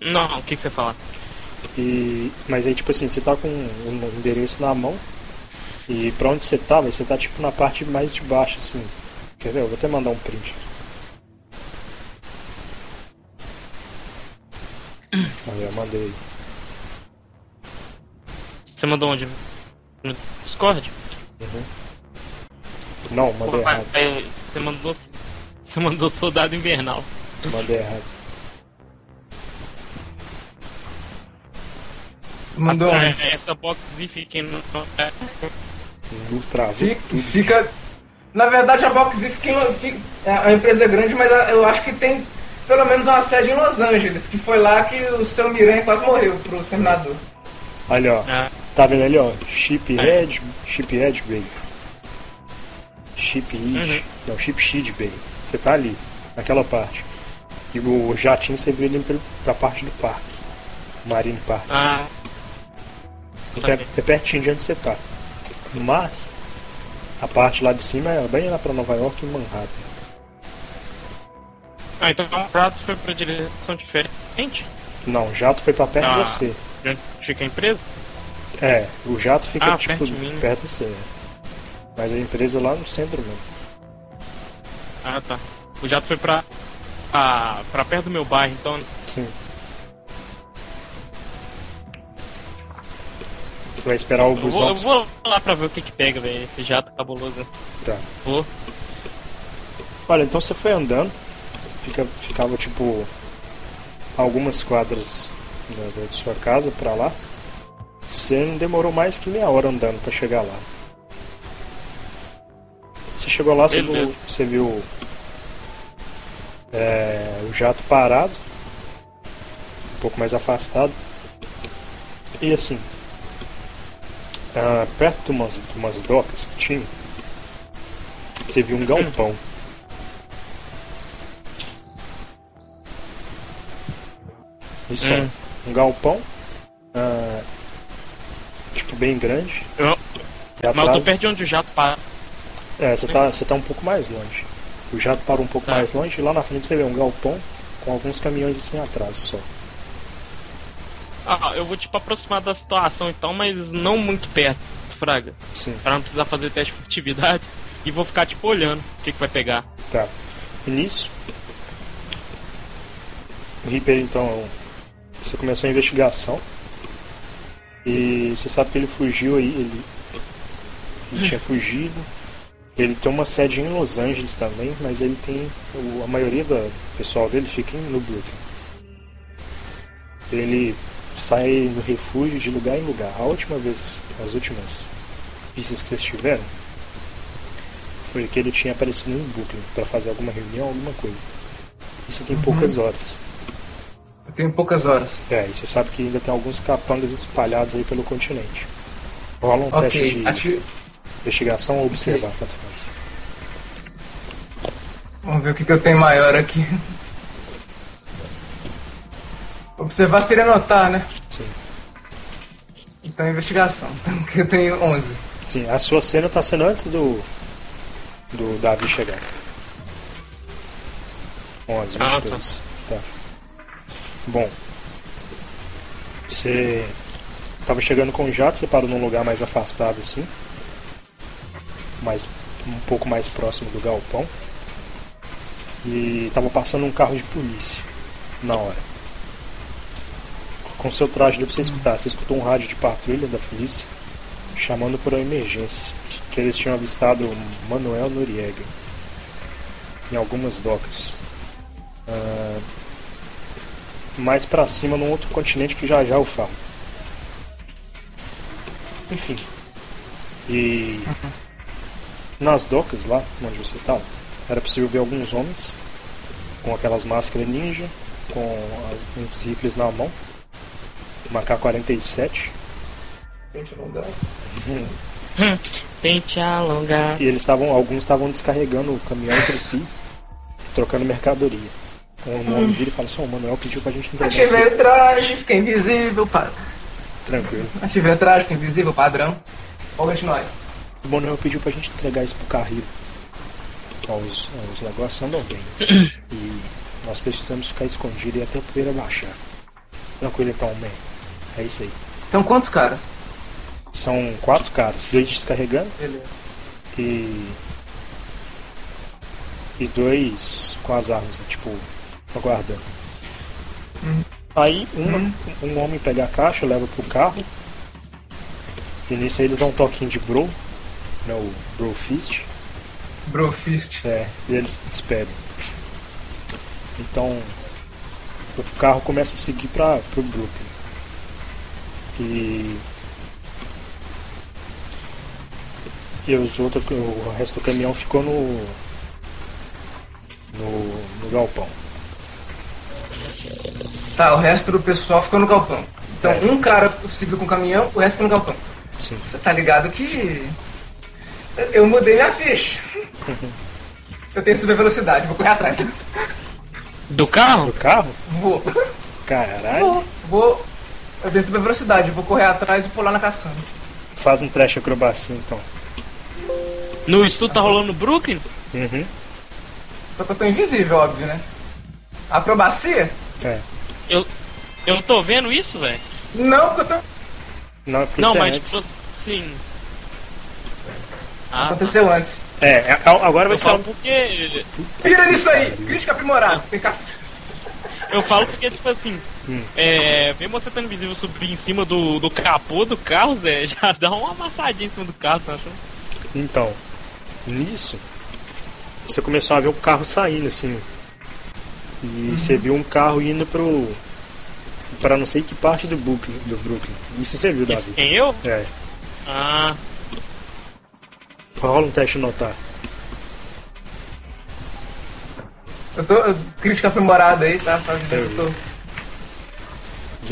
B: Não, o que, que você fala?
C: E, mas aí, tipo assim, você tá com o endereço na mão. E pra onde você tá, velho, você tá tipo na parte mais de baixo, assim. Quer ver? Eu vou até mandar um print. Aí eu mandei.
B: Você mandou onde? No Discord?
C: Uhum. Não, mandei
B: Papai,
C: Tá errado.
B: Você mandou. Você mandou soldado invernal.
C: Mandei errado.
A: Mandou um.
B: essa,
A: onde?
B: essa box fica no.
C: No travou
A: Fica, fica- Na verdade, a Boxy fica, em- fica- é uma empresa grande, mas a- eu acho que tem pelo menos uma sede em Los Angeles, que foi lá que o seu Miranha quase morreu pro Terminador.
C: Ali, ó.
B: Ah,
C: Tá vendo ali, ó? Chip
B: É.
C: Red, Chip Red Bay. Chip It.
B: Uhum.
C: Não, Chip Sheed Bay. Você tá ali, naquela parte. E o jatinho você viu ele indo pelo- pra parte do parque. Marine Park.
B: ah, tá.
C: Então é, é pertinho de onde você tá. Mas a parte lá de cima é bem lá pra Nova York e Manhattan.
B: ah, então o prato foi pra direção diferente?
C: Não, o jato foi pra perto
B: Ah.
C: de É você.
B: De onde fica a empresa?
C: É, o jato fica
B: Ah,
C: tipo
B: perto de mim.
C: perto de você. né? Mas a empresa lá no centro mesmo.
B: Ah, tá. O jato foi pra. Ah, pra perto do meu bairro, então.
C: Sim. Você vai esperar o
B: Eu
C: busão.
B: vou, eu vou lá pra ver o que que pega, velho. Esse jato cabuloso.
C: Tá.
B: Vou.
C: Olha, então você foi andando, fica, ficava tipo algumas quadras da, da sua casa pra lá. Você não demorou mais que meia hora andando pra chegar lá. Você chegou lá, você
B: Beleza.
C: viu, você viu é, o jato parado, um pouco mais afastado. E assim, ah, perto de umas, de umas docas que tinha, você viu um galpão. Isso é
B: Hum.
C: um galpão. ah, tipo, bem grande.
B: Eu-
C: E
B: Mas eu tô
C: Tá atrás-
B: perto de onde o jato para.
C: É, você tá, você tá um pouco mais longe. O jato parou um pouco
B: Tá.
C: mais longe e lá na frente você vê um galpão com alguns caminhões assim atrás só.
B: Ah, eu vou tipo aproximar da situação então, mas não muito perto, Fraga.
C: Sim,
B: Pra não precisar fazer teste de furtividade. E vou ficar tipo olhando o que, que vai pegar.
C: tá. E nisso, o Reaper então, você começou a investigação e você sabe que ele fugiu aí, ele, ele tinha fugido. Ele tem uma sede em Los Angeles também, mas ele tem. o- a maioria do pessoal dele fica em no Brooklyn. Ele sai no refúgio de lugar em lugar. A última vez, as últimas pistas que vocês tiveram, foi que ele tinha aparecido em Brooklyn para fazer alguma reunião, alguma coisa. Isso tem poucas horas.
A: Eu tenho poucas horas.
C: É, e você sabe que ainda tem alguns capangas espalhados aí pelo continente. Rola um teste
A: Ok,
C: de
A: ati-
C: investigação ou observar, tanto faz.
A: vamos ver o que, que eu tenho maior aqui. Observar seria anotar, né?
C: Sim.
A: Então, investigação. Então, que eu tenho 11.
C: Sim, a sua cena tá sendo antes do. do Davi chegar. 11,
B: Ah,
C: 22. Tá. Bom. Você. Tava chegando com o jato, você parou num lugar mais afastado assim. Mais, um pouco mais próximo do galpão. E tava passando um carro de polícia na hora. Com seu traje deu pra você escutar. Você escutou um rádio de patrulha da polícia chamando por uma emergência, que eles tinham avistado o Manuel Noriega em algumas docas. Ah, mais pra cima num outro continente que já já eu falo. Enfim. E nas docas lá, onde você estava, era possível ver alguns homens com aquelas máscaras ninja, com ah, uns rifles na mão, uma K-47,
A: Gente, não dá.
C: um
B: Tente alongar.
C: E eles estavam, alguns estavam descarregando o caminhão entre si, trocando mercadoria. Um homem vira e fala assim, "Ó, o Manuel pediu pra gente entregar
A: Ativei
C: isso
A: o traje, fiquei invisível, pa...
C: tranquilo.
A: Ativei o traje, fiquei invisível, padrão. Vamos continuar.
C: O Manuel pediu pra gente entregar isso pro carril. Ó, os, ó, os negócios andam bem. E nós precisamos ficar escondidos e até a poeira baixar. Tranquilo então, man. É isso aí.
A: Então, quantos caras?
C: São quatro caras, dois descarregando
A: Beleza.
C: e. E dois com as armas, tipo, aguardando.
A: Hum.
C: Aí um,
A: Hum.
C: um homem pega a caixa, leva pro carro. E nisso aí eles dão um toquinho de bro, né, o bro fist,
A: Brofist.
C: é, e eles se despedem. Então o carro começa a seguir para pro Brooklyn. E, e os outros, o resto do caminhão ficou no, no, no galpão.
A: Tá, o resto do pessoal ficou no galpão. Então,
C: É.
A: um cara seguiu com o caminhão, o resto ficou no galpão.
C: Sim.
A: Você tá ligado que. Eu mudei minha ficha. Eu tenho super velocidade, vou correr atrás.
B: Do carro?
C: Do carro?
A: Vou.
C: Caralho.
A: Vou. Vou. Eu tenho super velocidade, vou correr atrás e pular na caçamba.
C: Faz um trash acrobacia então.
B: No estudo tá rolando Brooklyn?
C: Uhum.
A: Só que eu tô invisível, óbvio, né? Acrobacia?
C: É.
B: Eu, eu não tô vendo isso, velho.
A: Não, porque eu tô...
C: Não, porque
B: Não,
C: isso é
B: mas
C: antes.
B: tipo assim. Ah,
A: aconteceu antes.
C: É, é, a- agora vai
B: eu
C: ser
B: falo
C: um
B: porque.
A: Pira nisso aí! Crítica aprimorada. Vem cá.
B: Eu falo porque, tipo assim.
C: Hum.
B: É, mesmo você tendo invisível subir em cima do, do capô do carro, Zé, já dá uma amassadinha em cima do carro, tá achando?
C: Então, nisso, você começou a ver o carro saindo, assim. E
B: Uhum.
C: você viu um carro indo pro. pra não sei que parte do Brooklyn. Do Brooklyn. Isso você viu,
B: Isso,
C: Davi.
B: quem eu?
C: É.
B: Ah,
C: Rola um teste de notar.
A: Eu tô. eu- Crítica aprimorada aí, tá? Só dizendo que eu tô.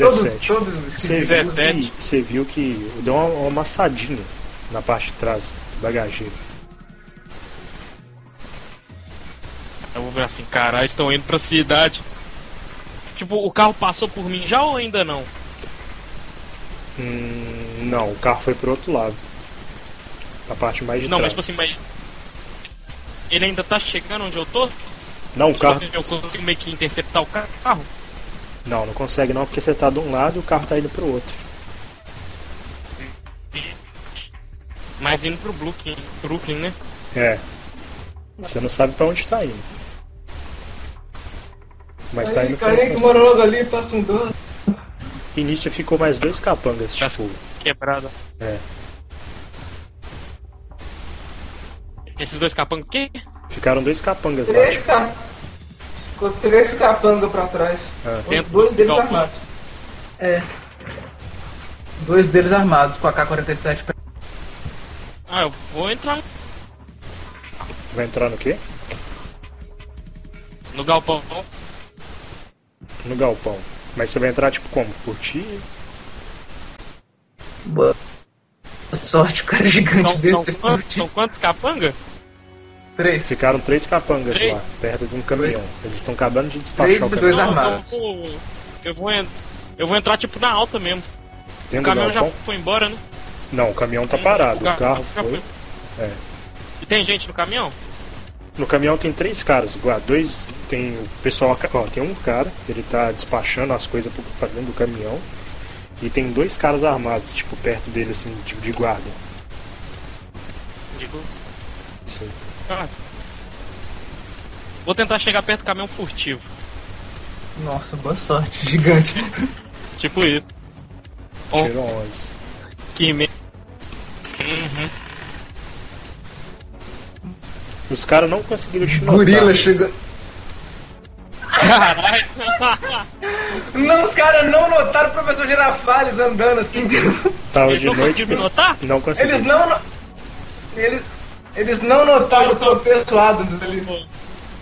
A: Todos.
C: 17.
A: Todos. os
C: Você viu, que,
B: 17.
C: você viu que deu uma, uma amassadinha na parte de trás do bagageiro.
B: eu vou ver assim, caralho, estão indo pra cidade. Tipo, o carro passou por mim já ou ainda não?
C: Hum, não, o carro foi pro outro lado. A parte mais de
B: não, mas
C: trás.
B: tipo assim, mas. Ele ainda tá chegando onde eu tô?
C: Não, o
B: Tipo
C: carro.
B: assim, eu consigo meio que interceptar o carro?
C: Não, não consegue não, porque você tá de um lado e o carro tá indo pro outro.
B: Mas indo pro Brooklyn, Brooklyn né?
C: É. Você não sabe pra onde tá indo. Mas tá
A: Aí,
C: indo pra
A: carinha que
C: onde
A: mora logo ali, passa um doce.
C: E nisso ficou mais dois capangas,
B: Tá.
C: tipo.
B: Quebrada.
C: É.
B: Esses dois capangos, que?
C: Ficaram dois capangas lá,
A: Três
C: tipo.
A: ca... Ficou três capanga pra trás.
C: É.
A: Os
B: Dentro
A: dois
B: do
A: deles
B: galpão.
A: armados. É. Dois deles armados com a K-47 pra
B: Ah, eu vou entrar
C: Vai entrar no quê?
B: no galpão.
C: No galpão. Mas você vai entrar tipo como? Curtir?
A: Boa sorte, o cara gigante
B: São, são
A: desse.
B: quantos, são quantos capanga?
A: Três.
C: Ficaram três capangas
B: Três?
C: lá, perto de um caminhão. Eles estão acabando de
A: Três
C: despachar
A: e
C: o
A: dois
C: caminhão.
B: Não, então
A: armados.
B: eu vou, eu vou en- eu vou entrar tipo na alta mesmo. O
C: Dentro do
B: caminhão já
C: galpão?
B: foi embora, né?
C: Não, o caminhão Então, tá parado. O carro
B: já
C: foi. É.
B: E tem gente no caminhão?
C: No caminhão tem três caras, igual, dois tem o pessoal, ó, tem um cara, ele tá despachando as coisas pro- pra dentro do caminhão e tem dois caras armados, tipo, perto dele assim, tipo de guarda.
B: Digo,
C: Sim.
B: cara. Vou tentar chegar perto do caminhão furtivo.
A: Nossa, boa sorte, gigante.
B: Tipo isso. Ó,
C: Tirou 11.
B: que me... Uhum.
C: Os caras não conseguiram te notar.
A: Gorila chegando.
B: Caralho.
A: Não, os caras não notaram o professor Girafales andando assim.
C: Tava
B: Eles
C: Tá, de
B: não
C: noite.
B: conseguiram me
C: mas-
B: notar?
C: Não conseguiram.
A: Eles não. no- Eles, eles não notaram o tropeçoado dele.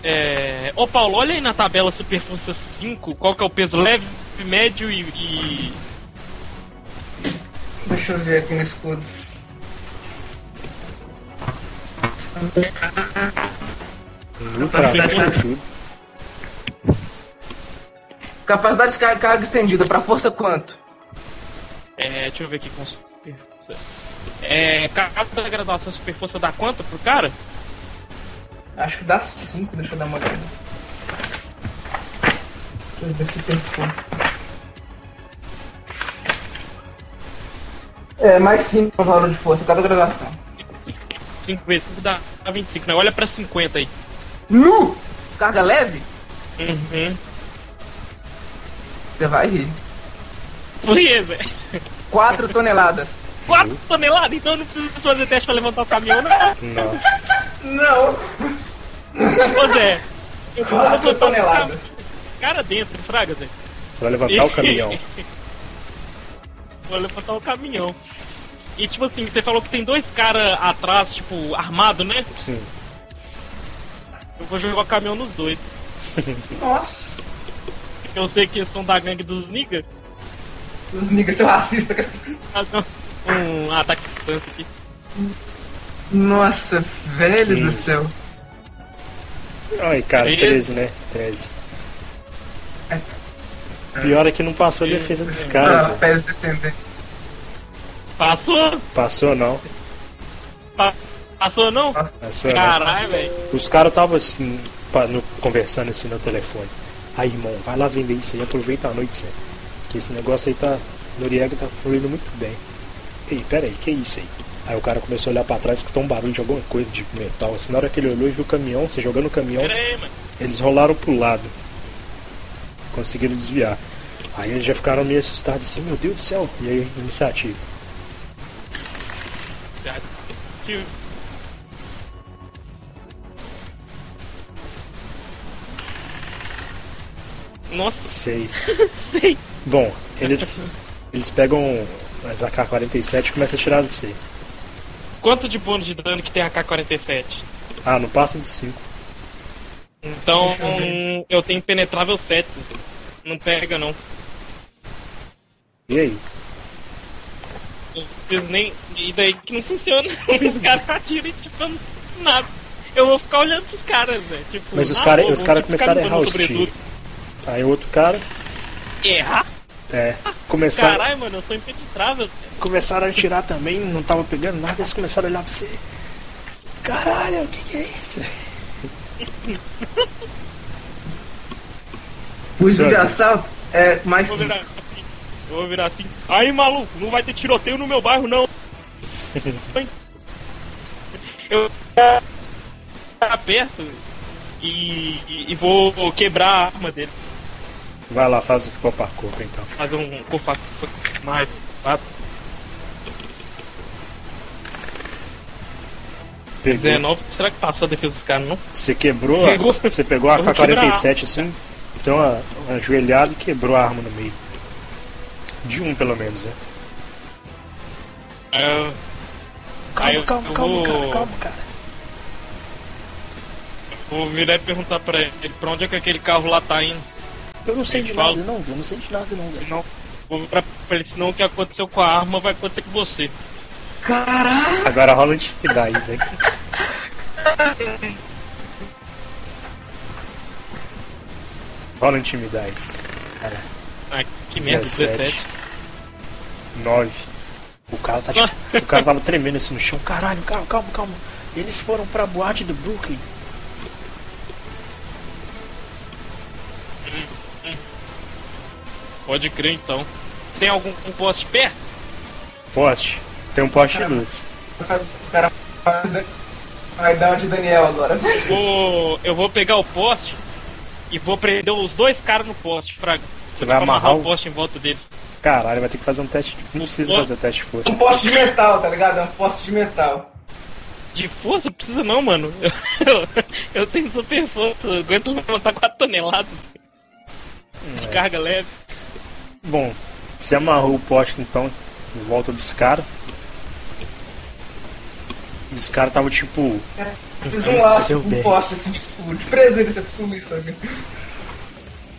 B: É... Ô Paulo, olha aí na tabela Super Força 5, qual que é o peso leve, médio e... e...
A: Deixa eu ver aqui no escudo.
C: Nu pra baixo, tudo.
A: Capacidade de car- carga estendida, pra força quanto?
B: É, deixa eu ver aqui com Super Força. É, cada graduação Super Força dá quanto pro cara?
A: Acho que dá 5, deixa eu dar uma olhada. Deixa eu ver se tem força. É, mais 5 o valor de força, cada gradação.
B: 5 vezes 5 dá 25, né? Olha pra 50 aí.
A: Nu! Carga leve?
B: Uhum.
A: Você vai rir.
B: Beleza.
A: 4 toneladas.
B: 4 toneladas, então eu não preciso fazer teste pra levantar o caminhão, não.
C: Não.
A: Não!
B: Ô Zé, eu vou
A: 4
B: levantar o
A: toneladas.
B: cam- cara dentro, fraga, Zé.
C: Você vai levantar o caminhão.
B: Vou levantar o caminhão. E tipo assim, você falou que tem dois caras atrás, tipo, armado, né?
C: Sim.
B: Eu vou jogar o caminhão nos dois.
A: Nossa!
B: Eu sei que eles são da gangue dos niggas.
A: Os niggas, seu racista.
B: Um ataque de distância aqui.
A: Nossa, velho do
C: Quinze.
A: céu.
C: Ai, cara,
B: Treze.
C: 13, né? 13. Pior é que não passou a defesa assim. dos caras.
A: Ah,
C: Zé.
A: pés descendentes.
B: Passou?
C: Passou não.
B: Pa- Passou não?
A: Nossa.
C: Passou né? não.
B: Caralho, velho.
C: Os caras estavam assim, pa- no- conversando assim no telefone. Aí, irmão, vai lá vender isso aí, aproveita a noite, Zé. Que esse negócio aí tá. Noriega tá fluindo muito bem. Ei, pera aí, que isso aí? Aí o cara começou a olhar pra trás, escutou um barulho de alguma coisa de metal. Assim, na hora que ele olhou e viu o caminhão, se jogando o caminhão,
B: Pera aí, mano.
C: eles rolaram pro lado. Conseguiram desviar. Aí eles já ficaram meio assustados assim, meu Deus do céu. E aí, iniciativa.
B: Já- tio. Nossa,
C: Seis.
B: sei.
C: Bom, eles. eles pegam as AK-47 e começam a tirar de si.
B: Quanto de bônus de dano que tem a K-47?
C: Ah, não passa de 5.
B: Então
A: Deixa eu ver.
B: eu tenho penetrável 7. Não pega não.
C: E aí?
B: Não preciso nem. E daí que não funciona. os caras atiram e tipo, eu não faço nada. Eu vou ficar olhando pros caras, velho. Tipo,
C: Mas os
B: na
C: cara-
B: boa,
C: os
B: vou
C: cara
B: ficar
C: começaram a
B: no
C: errar os
B: sobretudo.
C: tiros. Aí o outro cara
B: Errar?
C: É. Começaram,
B: Caralho, mano, eu sou impenetrável. velho.
C: começaram a tirar também, não tava pegando nada, eles começaram a olhar pra você. Caralho, o que, que é isso?
A: O
C: Senhor
A: desgraçado é mais.
B: Vou virar assim. Vou virar assim. Aí, maluco, não vai ter tiroteio no meu bairro, não. Eu vou ficar perto e, e- e vou quebrar a arma dele.
C: Vai lá, faz o copa copa então.
B: Fazer um corpo mais. quatro,
C: Pegou,
B: 19. Será que passou a defesa dos caras, não?
C: você quebrou, a,
B: Pegou.
C: você pegou a
B: Eu vou quebrar a
C: AK-47 assim, então a, ajoelhado e quebrou a arma no meio. De um pelo menos, né?
B: É, Aí eu- eu vou-
C: cara.
B: vou virar e perguntar pra ele pra onde é que aquele carro lá tá indo.
C: Eu não sei de
B: Fala.
C: nada, não, eu não sei de nada, não, velho.
B: Senão, vou virar pra ele, senão o que aconteceu com a arma vai acontecer com você.
A: Caralho!
C: Agora rola intimidade, Zé. Rola intimidade. Cara,
B: Ah, que merda,
C: 17.
B: 17.
C: 9. O cara tá tipo, O cara tava tremendo assim no chão. Caralho, calma, calma, calma. Eles foram pra boate do Brooklyn.
B: Pode crer então. Tem algum um poste perto?
C: Poste. Tem um poste de luz.
A: O cara vai dar uma de Daniel agora.
B: Vou, eu vou pegar o poste e vou prender os dois caras no poste. Pra,
C: Você vai
B: pra
C: amarrar
B: o
C: o.
B: poste em volta deles.
C: Caralho, vai ter que fazer um teste. Não precisa fazer teste de força.
A: Um poste de metal, tá ligado? É um poste de metal.
B: De força, precisa não, mano. Eu, eu tenho super força. Eu aguento levantar 4 toneladas
C: É.
B: de carga leve.
C: Bom, você amarrou o poste então em volta desse cara. E os caras tava tipo.
A: Fiz
C: Deus
A: um
C: do
A: laço
C: céu,
A: com um
C: velho.
A: poste assim, tipo, de presente, assim, com isso, sabe?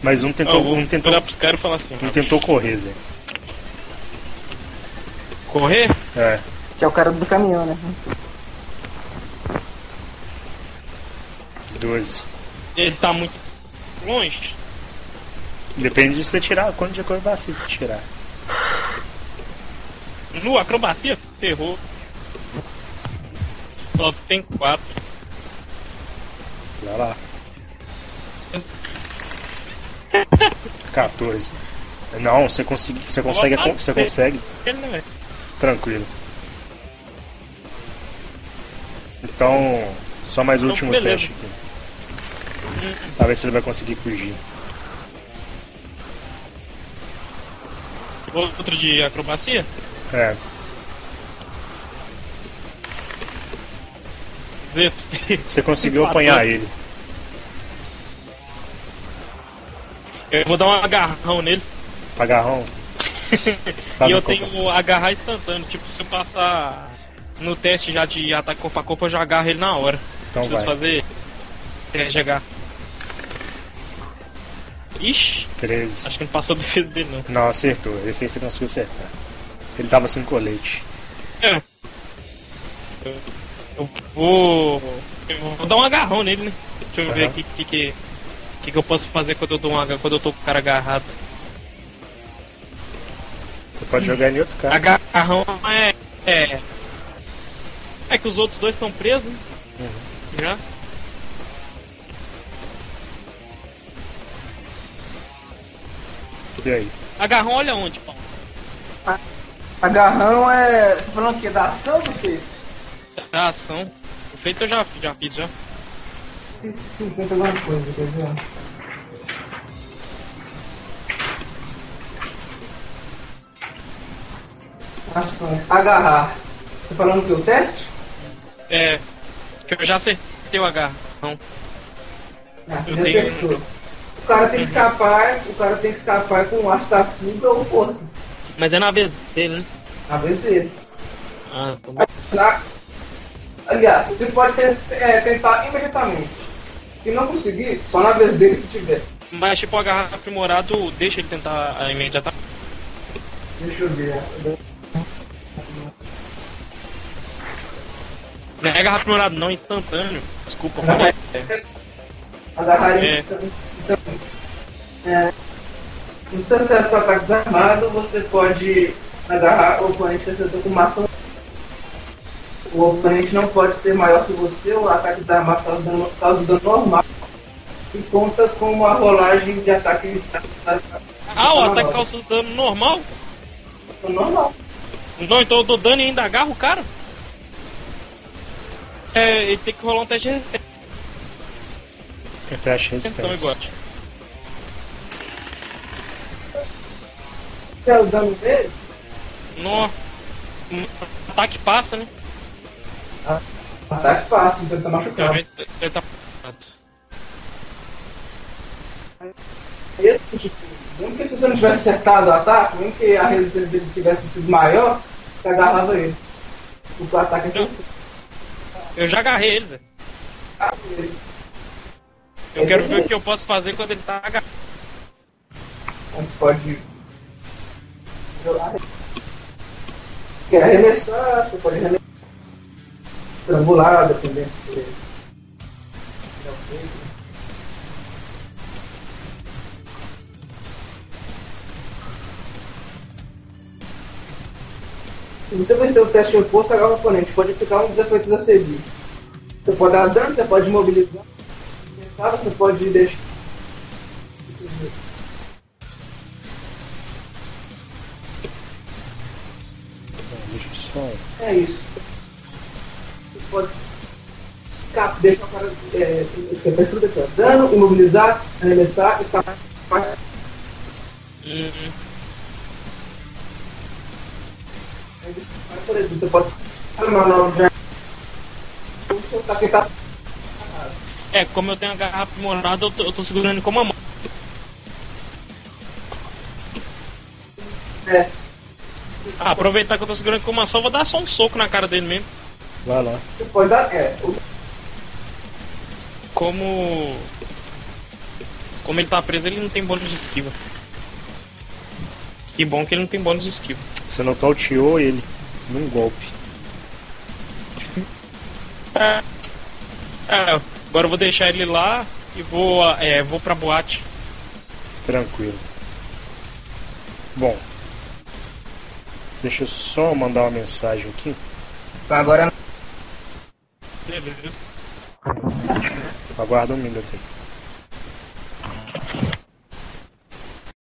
C: Mas um
B: Eu
C: tentou.
B: vou
C: um tentou,
B: virar pros caras e falar assim:
C: um tentou correr, Zé.
B: correr?
C: É.
D: Que é o cara do caminhão, né?
C: 12.
B: Ele tá muito longe.
C: Depende de você tirar, quanto de acrobacia você tirar.
B: No acrobacia, ferrou. Só tem 4.
C: Vai lá. 14. Não, você consegue. Você consegue.
B: Opa,
C: Você consegue.
B: Ele não é.
C: Tranquilo. Então, só mais o
B: Então,
C: último
B: beleza.
C: teste aqui. Pra ver se ele vai conseguir fugir.
B: Outro de acrobacia?
C: É,
B: 16.
C: você conseguiu
B: Empatou.
C: apanhar ele.
B: Eu vou dar um agarrão nele.
C: Agarrão. Faz
B: e
C: a
B: eu
C: copa.
B: tenho um agarrar instantâneo. Tipo, se eu passar no teste já de ataque corpo a corpo, eu já agarro ele na hora.
C: Então
B: Preciso
C: vai.
B: fazer teste de agarro. Ixi,
C: 13.
B: acho que não passou a defesa dele não.
C: Não, acertou. Esse aí você conseguiu acertar. Ele tava sem colete.
B: É. Eu, eu vou. Eu vou dar um agarrão nele, né? Deixa eu ver
C: Aham.
B: aqui o que, que, que, que eu posso fazer quando eu dou um agarrão, quando eu tô com o cara agarrado.
C: Você pode jogar ele em outro cara.
B: Agarrão é. É, é que os outros dois estão presos. né?
C: Uhum.
B: Já?
C: E aí?
B: Agarrão, olha onde, pão.
A: Agarrão é. Tá falando o quê? Da ação, meu filho?
B: Da ação. O feito eu já, já fiz, já.
A: Sim, tenta alguma coisa, quer ver? Ações. Agarrar. Tá falando o que? O teste?
B: É. Que eu já acertei o agarrão.
A: Ah,
B: Eu
A: já
B: tenho-
A: acertou. O cara tem que escapar, o cara tem que escapar com o arco da fuga ou um força.
B: Mas é na vez dele, né?
A: A vez dele.
B: Ah, tá bom.
A: Na- Aliás, você pode ter- é, tentar imediatamente. Se não conseguir, só na vez dele se tiver.
B: Mas tipo, o agarrar aprimorado deixa ele tentar a tá? imediatamente.
A: Deixa eu ver.
B: Não é agarrar aprimorado, não, instantâneo. Desculpa,
A: Não, é.
B: mas-
A: Agarrar ele.
B: É.
A: Então, é, No tanto com ataques armados, você pode agarrar o oponente vencedor com massa. O oponente não pode ser maior que você, o ataque tá da massa causa dano, causa dano normal e conta como a rolagem de Tá ataque.
B: Ah, o ataque causa dano normal?
A: normal.
B: Não, então eu dou dano e ainda agarro o cara? É, ele tem que rolar um teste de resistência,
C: É teste de
B: então, eu
C: resistência.
B: gosto.
A: Que é o dano dele?
B: No... Ataque passa, né?
A: Ataque fácil, então ele tá
B: Então,
A: machucado.
B: ele- ele tá...
A: Esse, tipo, mesmo que se você não tivesse acertado o ataque, mesmo que a resistência dele tivesse sido maior, você agarrava ele. O ataque é
B: Não.
A: sempre
B: Eu já agarrei ele, Zé.
A: dele.
B: Eu quero ver o que eu posso fazer quando ele tá agarrado.
A: A gente pode jogar. Quer arremessar, você pode arremessar. Estrangular, dependendo do que é o feito. Se você vencer o teste oposto, agarra o oponente. Pode aplicar um dos efeitos da CB. Você pode dar dano, você pode mobilizar. Você pode deixar.
C: Deixa eu só. um.
A: É isso. Você pode ficar, deixar o cara é, perturba seu dano, imobilizar, arremessar, está mais.
B: Hum,
A: Mas, por exemplo, você pode fazer uma manobra de soltar quem tá.
B: É, como eu tenho a garrafa aprimorada, eu tô, eu tô segurando ele com uma mão.
A: É,
B: Ah, aproveitar que eu tô segurando ele com uma só, eu vou dar só um soco na cara dele mesmo.
C: Vai lá.
A: você pode dar. É, o-
B: Como. Como ele tá preso, ele não tem bônus de esquiva. Que bom que ele não tem bônus de esquiva.
C: Você não tauteou ele num golpe.
B: É, agora eu vou deixar ele lá e vou, ah, é, vou pra boate.
C: Tranquilo. Bom. Deixa eu só mandar uma mensagem aqui.
A: agora
B: Beleza.
C: Aguarda um minuto aí.